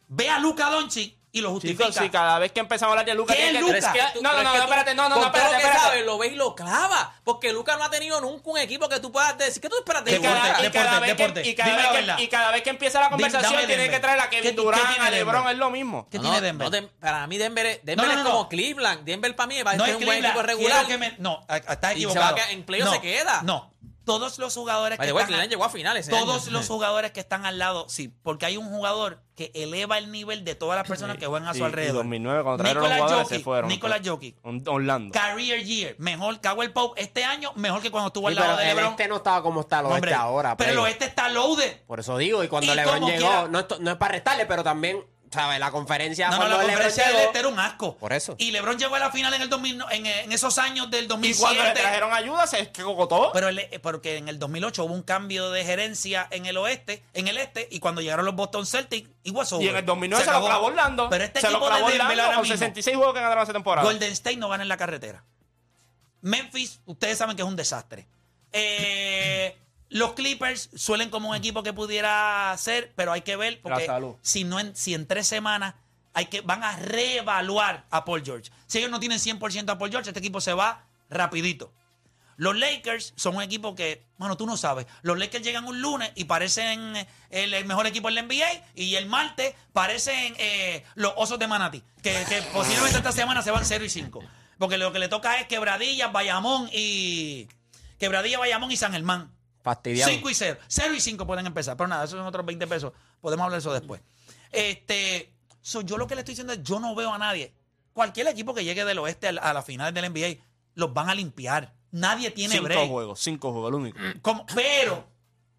Speaker 2: ve a Luca Doncic y lo justifica.
Speaker 11: Chicos, si cada vez que empezamos a hablar de Lucas,
Speaker 2: ¿Qué
Speaker 11: tiene
Speaker 2: es
Speaker 11: que-
Speaker 2: Luka?
Speaker 11: Pero es que- No, no,
Speaker 3: pero
Speaker 11: no,
Speaker 3: es que tú,
Speaker 11: espérate, no, no, no,
Speaker 3: con todo
Speaker 11: espérate,
Speaker 3: lo que sabes,
Speaker 11: espérate.
Speaker 3: lo ves y lo clava. Porque Lucas no ha tenido nunca un equipo que tú puedas decir. ¿Qué tú esperas de
Speaker 11: Y cada-
Speaker 3: Luka?
Speaker 11: y cada vez
Speaker 2: deporte,
Speaker 11: que- y cada
Speaker 2: dime
Speaker 11: vez
Speaker 2: la
Speaker 11: que-
Speaker 2: verdad.
Speaker 11: Y cada vez que empieza la conversación,
Speaker 2: dame
Speaker 11: tiene que
Speaker 2: Denver.
Speaker 11: traer a
Speaker 2: ¿Qué-
Speaker 11: Kevin
Speaker 2: qué
Speaker 11: Durant,
Speaker 2: tiene
Speaker 11: a LeBron,
Speaker 2: Denver?
Speaker 11: es lo mismo.
Speaker 2: ¿Qué
Speaker 3: No,
Speaker 2: tiene
Speaker 3: no,
Speaker 2: Denver?
Speaker 3: no, Dem- para mí Denver, es- Denver
Speaker 2: No, no,
Speaker 3: es
Speaker 2: no,
Speaker 3: como
Speaker 2: no.
Speaker 3: Cleveland. Denver para mí va a
Speaker 2: No
Speaker 3: ser
Speaker 2: es
Speaker 3: un buen
Speaker 2: Cleveland.
Speaker 3: equipo regular.
Speaker 2: Quiero que me- no, a- estás
Speaker 3: Y se
Speaker 2: equivocado.
Speaker 3: va a que- en playoff
Speaker 2: no,
Speaker 3: se queda.
Speaker 2: No, todos los jugadores
Speaker 3: By
Speaker 2: que
Speaker 3: the way,
Speaker 2: están
Speaker 3: Cleveland llegó a finales. ese
Speaker 2: todos
Speaker 3: año.
Speaker 2: los jugadores que están al lado, sí, porque hay un jugador que eleva el nivel de todas las personas que juegan a su
Speaker 11: Y- y
Speaker 2: alrededor.
Speaker 11: 2009 cuando trajeron los
Speaker 2: Nikola
Speaker 11: jugadores, se
Speaker 2: Jokic,
Speaker 11: fueron.
Speaker 2: Nikola Jokic.
Speaker 11: Un- Orlando.
Speaker 2: Career year, mejor Cowell Pope este año, mejor que cuando estuvo
Speaker 4: Sí,
Speaker 2: al lado
Speaker 4: pero
Speaker 2: de
Speaker 4: el
Speaker 2: LeBron.
Speaker 4: este no estaba como está el
Speaker 2: No,
Speaker 4: oeste
Speaker 2: hombre,
Speaker 4: ahora.
Speaker 2: pero el
Speaker 4: play.
Speaker 2: oeste está loaded.
Speaker 4: Por eso digo, y cuando
Speaker 2: Y
Speaker 4: LeBron
Speaker 2: como
Speaker 4: llegó,
Speaker 2: quiera-
Speaker 4: no, esto- no es para restarle, pero también, ¿sabes? La conferencia
Speaker 2: No, no,
Speaker 4: cuando
Speaker 2: la
Speaker 4: LeBron
Speaker 2: conferencia del
Speaker 4: llegó-
Speaker 2: este era un asco.
Speaker 4: Por eso.
Speaker 2: Y LeBron llegó a la final en el 2000, no- en, en esos años del
Speaker 11: Y
Speaker 2: 2007.
Speaker 11: cuando le trajeron ayuda, se cocotó.
Speaker 2: Pero el- porque en el 2008 hubo un cambio de gerencia en el oeste, en el este, y cuando llegaron los Boston Celtics, y
Speaker 11: Y en el 2009 se, lo
Speaker 2: acabó.
Speaker 11: clavó Orlando.
Speaker 2: Pero este
Speaker 11: se lo
Speaker 2: equipo
Speaker 11: clavó
Speaker 2: de Denver
Speaker 11: Orlando
Speaker 2: ahora
Speaker 11: con
Speaker 2: mismo,
Speaker 11: 66 juegos que ganaron esa temporada.
Speaker 2: Golden State no gana en la carretera. Memphis, ustedes saben que es un desastre. Eh, Los Clippers suelen como un equipo que pudiera ser, pero hay que ver,
Speaker 12: La
Speaker 2: porque
Speaker 12: salud.
Speaker 2: si, no en, si en tres semanas hay que, van a reevaluar a Paul George. Si ellos no tienen 100% a Paul George, este equipo se va rapidito. Los Lakers son un equipo que, bueno, tú no sabes. Los Lakers llegan un lunes y parecen eh, el, el mejor equipo en la NBA y el martes parecen eh, los osos de Manatí, que, que posiblemente esta semana se van 0 y 5. Porque lo que le toca es Quebradillas, Bayamón y... Quebradillas, Bayamón y San Germán.
Speaker 4: Fastidiado.
Speaker 2: 5 y 0. 0 y 5 pueden empezar. Pero nada, esos son otros 20 pesos. Podemos hablar de eso después. Este, so, yo lo que le estoy diciendo es, yo no veo a nadie. Cualquier equipo que llegue del oeste a la, a la final del NBA, los van a limpiar. Nadie tiene
Speaker 11: cinco
Speaker 2: break.
Speaker 11: juegos, cinco juegos, el único.
Speaker 2: Como- pero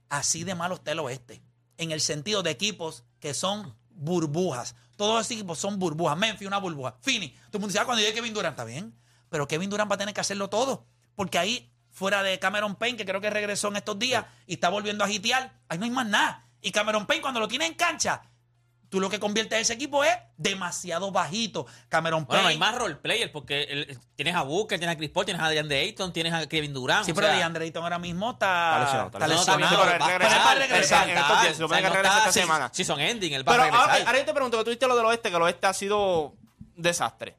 Speaker 2: así de malo está el oeste. En el sentido de equipos que son burbujas. Todos los equipos son burbujas. Memphis, una burbuja. Fini. Todo el mundo dice, ah, cuando llegue Kevin Durant, está bien. Pero Kevin Durant va a tener que hacerlo todo. Porque ahí, fuera de Cameron Payne, que creo que regresó en estos días y está volviendo a hitear, ahí no hay más nada. Y Cameron Payne, cuando lo tiene en cancha, tú lo que conviertes a ese equipo es demasiado bajito. Cameron
Speaker 3: Bueno,
Speaker 2: Payne.
Speaker 3: no hay más role player porque el- tienes a Booker, tienes a Chris Paul, tienes a Adrian Ayton, tienes a Kevin Durant.
Speaker 2: Sí,
Speaker 3: o
Speaker 2: pero
Speaker 3: sea,
Speaker 2: DeAndre Ayton ahora mismo está,
Speaker 11: lesionado, está
Speaker 2: está
Speaker 11: lesionado.
Speaker 2: lesionado.
Speaker 11: Sí, pero
Speaker 2: Va-
Speaker 11: regresa,
Speaker 2: pero va a
Speaker 11: regresa,
Speaker 2: regresar.
Speaker 11: en estos días, se
Speaker 3: o
Speaker 11: supone
Speaker 3: sea,
Speaker 11: que
Speaker 3: no
Speaker 11: regresa
Speaker 3: está
Speaker 11: esta
Speaker 3: si-
Speaker 11: semana.
Speaker 3: Si son ending, el va
Speaker 11: Pero
Speaker 3: a regresar.
Speaker 11: ahora, ahora yo te pregunto, que tú viste lo del oeste, este, que el oeste ha sido un desastre.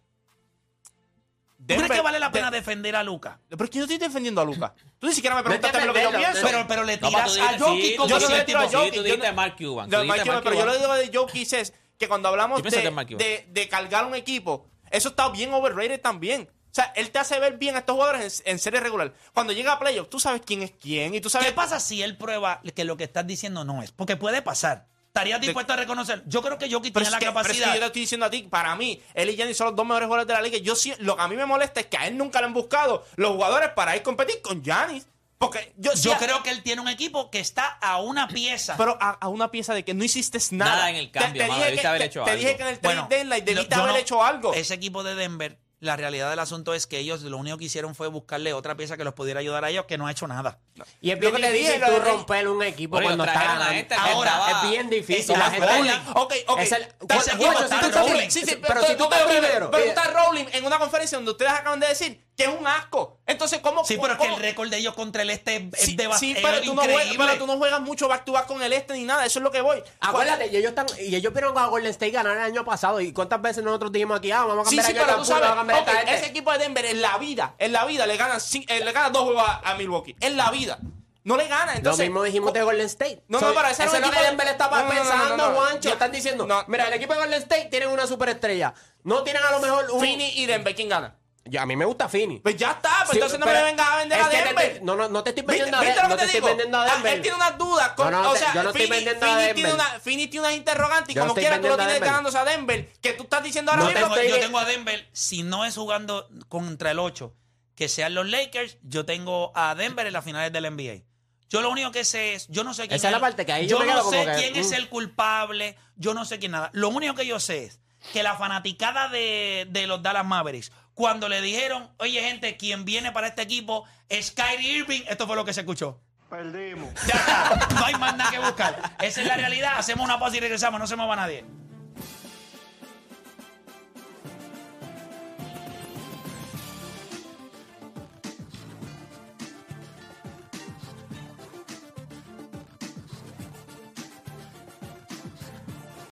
Speaker 2: ¿Tú crees
Speaker 11: Denver-
Speaker 2: que vale la
Speaker 11: de-
Speaker 2: pena defender a Luca?
Speaker 11: Pero es que yo estoy defendiendo a Lucas. Tú ni siquiera me preguntaste
Speaker 12: Vete a
Speaker 11: lo que yo
Speaker 12: defenderlo,
Speaker 11: pienso.
Speaker 2: Pero, pero le
Speaker 3: No, pero tú
Speaker 2: tiras a
Speaker 3: dijiste- sí,
Speaker 2: Jokic
Speaker 3: tú
Speaker 2: con
Speaker 11: yo no
Speaker 3: dijiste-
Speaker 11: le
Speaker 2: ese
Speaker 11: tiro a
Speaker 2: tipo.
Speaker 3: sí,
Speaker 11: Jokic,
Speaker 3: Tú
Speaker 11: yo
Speaker 3: dijiste
Speaker 11: no-
Speaker 3: a Mark Cuban.
Speaker 11: No,
Speaker 3: tú dijiste
Speaker 11: Mike
Speaker 3: a
Speaker 11: Cuban,
Speaker 3: Mark
Speaker 11: pero yo lo
Speaker 3: Cuban.
Speaker 11: digo de Joe Kiss es que cuando hablamos
Speaker 3: Yo pienso que
Speaker 11: de,
Speaker 3: es Mike Cuban.
Speaker 11: de- de cargar un equipo, eso está bien overrated también. O sea, él te hace ver bien a estos jugadores en, en serie regular. Cuando llega a playoffs, tú sabes quién es quién y tú sabes...
Speaker 2: ¿Qué pasa si él prueba que lo que estás diciendo no es? Porque puede pasar. ¿Estarías dispuesto a reconocer? Yo creo que Jokic
Speaker 11: Pero
Speaker 2: tiene
Speaker 11: es,
Speaker 2: la
Speaker 11: que, pero es que
Speaker 2: capacidad.
Speaker 11: yo te estoy diciendo a ti, para mí, él y Gianni son los dos mejores jugadores de la liga. Yo sí- lo que a mí me molesta es que a él nunca le han buscado los jugadores para ir a competir con Giannis. Porque yo, sí
Speaker 2: Yo
Speaker 11: a-
Speaker 2: creo que él tiene un equipo que está a una pieza.
Speaker 11: Pero a, a una pieza de que no hiciste nada.
Speaker 3: Nada en el
Speaker 11: Te-
Speaker 3: cambio,
Speaker 11: Te,
Speaker 3: mano,
Speaker 11: dije,
Speaker 3: debiste
Speaker 11: que,
Speaker 3: haber
Speaker 11: te-
Speaker 3: hecho
Speaker 11: te
Speaker 3: algo.
Speaker 11: dije que en el
Speaker 2: Bueno,
Speaker 11: trade deadline debiste
Speaker 2: yo
Speaker 11: haber
Speaker 2: no-
Speaker 11: hecho algo.
Speaker 2: Ese equipo de Denver, la realidad del asunto es que ellos lo único que hicieron fue buscarle otra pieza que los pudiera ayudar a ellos, que no ha hecho nada.
Speaker 4: Y es
Speaker 11: Lo
Speaker 4: bien
Speaker 11: que te
Speaker 4: difícil
Speaker 11: dije, lo
Speaker 4: tú
Speaker 11: de-
Speaker 4: romper un equipo
Speaker 3: Bueno,
Speaker 4: cuando está
Speaker 3: trajeron a
Speaker 4: ganando.
Speaker 3: este que
Speaker 4: Ahora,
Speaker 3: estaba-
Speaker 4: es bien
Speaker 3: Ese
Speaker 4: difícil. La gente
Speaker 3: Bullying.
Speaker 4: está-
Speaker 11: Ok, ok.
Speaker 4: Es el-
Speaker 11: Está-
Speaker 4: Guacho,
Speaker 11: Guacho,
Speaker 4: si
Speaker 11: está
Speaker 4: tú estás
Speaker 11: Rowling.
Speaker 4: primero-
Speaker 11: Sí, sí,
Speaker 4: pero si tú
Speaker 11: no te
Speaker 4: estás
Speaker 11: olvides,
Speaker 4: primero-
Speaker 11: Pero está Rowling en una conferencia donde ustedes acaban de decir que es un asco. Entonces, ¿cómo?
Speaker 2: Sí, pero es que
Speaker 11: cómo-
Speaker 2: el récord de ellos contra el este es
Speaker 11: Sí, sí,
Speaker 2: devastador.
Speaker 11: pero tú, no juegas, pero tú no juegas mucho back to back con el este ni nada. Eso es lo que voy.
Speaker 4: Acuérdate, y ellos, están, y ellos vieron a Golden State ganar el año pasado. ¿Y cuántas veces nosotros dijimos aquí, ah, vamos a
Speaker 11: Sí,
Speaker 4: cambiar
Speaker 11: sí,
Speaker 4: a
Speaker 11: pero tú
Speaker 4: Jordan Poole,
Speaker 11: sabes,
Speaker 4: vamos a cambiar a
Speaker 11: ok,
Speaker 4: esta gente?
Speaker 11: ese equipo de Denver en la vida, en la vida le ganan, cin- eh, le ganan dos juegos a, a Milwaukee. En la vida. No le ganan.
Speaker 4: Lo
Speaker 11: Entonces,
Speaker 4: mismo dijimos de Golden State.
Speaker 11: No, no, pero ese
Speaker 4: eso
Speaker 11: era un
Speaker 4: es lo que
Speaker 11: equipo de-
Speaker 4: Denver estaba
Speaker 11: No, no, no,
Speaker 4: pensando,
Speaker 11: no, no, no.
Speaker 4: Juancho.
Speaker 11: Yo-
Speaker 4: Están diciendo,
Speaker 11: no.
Speaker 4: mira, el equipo de Golden State tiene una superestrella. No tienen a lo mejor un...
Speaker 11: Fini y Denver, ¿quién gana?
Speaker 4: Yo- a mí me gusta Fini.
Speaker 11: Pues ya está, pues
Speaker 4: Sí,
Speaker 11: entonces no me
Speaker 4: pero-
Speaker 11: vengas a vender
Speaker 4: es
Speaker 11: a
Speaker 4: que te-
Speaker 11: Denver.
Speaker 4: te- no, no, no te estoy
Speaker 11: ¿Viste,
Speaker 4: vendiendo a
Speaker 11: viste
Speaker 4: Denver.
Speaker 11: lo
Speaker 4: No
Speaker 11: que
Speaker 4: te
Speaker 11: te
Speaker 4: estoy
Speaker 11: digo?
Speaker 4: vendiendo a
Speaker 11: Ah,
Speaker 4: Denver.
Speaker 11: él tiene unas dudas. con-
Speaker 4: No, no,
Speaker 11: o
Speaker 4: te-
Speaker 11: sea,
Speaker 4: yo no estoy
Speaker 11: Fini-
Speaker 4: vendiendo a
Speaker 11: Fini
Speaker 4: Denver.
Speaker 11: tiene una- Fini tiene unas interrogantes y
Speaker 4: Yo no
Speaker 11: como
Speaker 4: estoy
Speaker 11: quiera tú lo
Speaker 4: vendiendo a
Speaker 11: tienes
Speaker 4: Denver.
Speaker 11: ganándose a Denver. Que tú estás diciendo
Speaker 4: No
Speaker 11: ahora
Speaker 4: te
Speaker 11: mismo.
Speaker 2: Tengo- yo
Speaker 4: estoy-
Speaker 2: tengo a Denver, si no es jugando contra el 8, que sean los Lakers, yo tengo a Denver en las finales del NBA. Yo lo único que sé es, yo no sé quién
Speaker 4: Esa es la parte que ahí yo me
Speaker 2: no
Speaker 4: quedo
Speaker 2: sé
Speaker 4: como que,
Speaker 2: quién es
Speaker 4: mm.
Speaker 2: el culpable, yo no sé quién nada. Lo único que yo sé es que la fanaticada de, de los Dallas Mavericks, cuando le dijeron, oye gente, quien viene para este equipo es Kyrie Irving, esto fue lo que se escuchó. Perdimos. Ya está, no hay más nada que buscar. Esa es la realidad. Hacemos una pausa y regresamos, no se mueva nadie.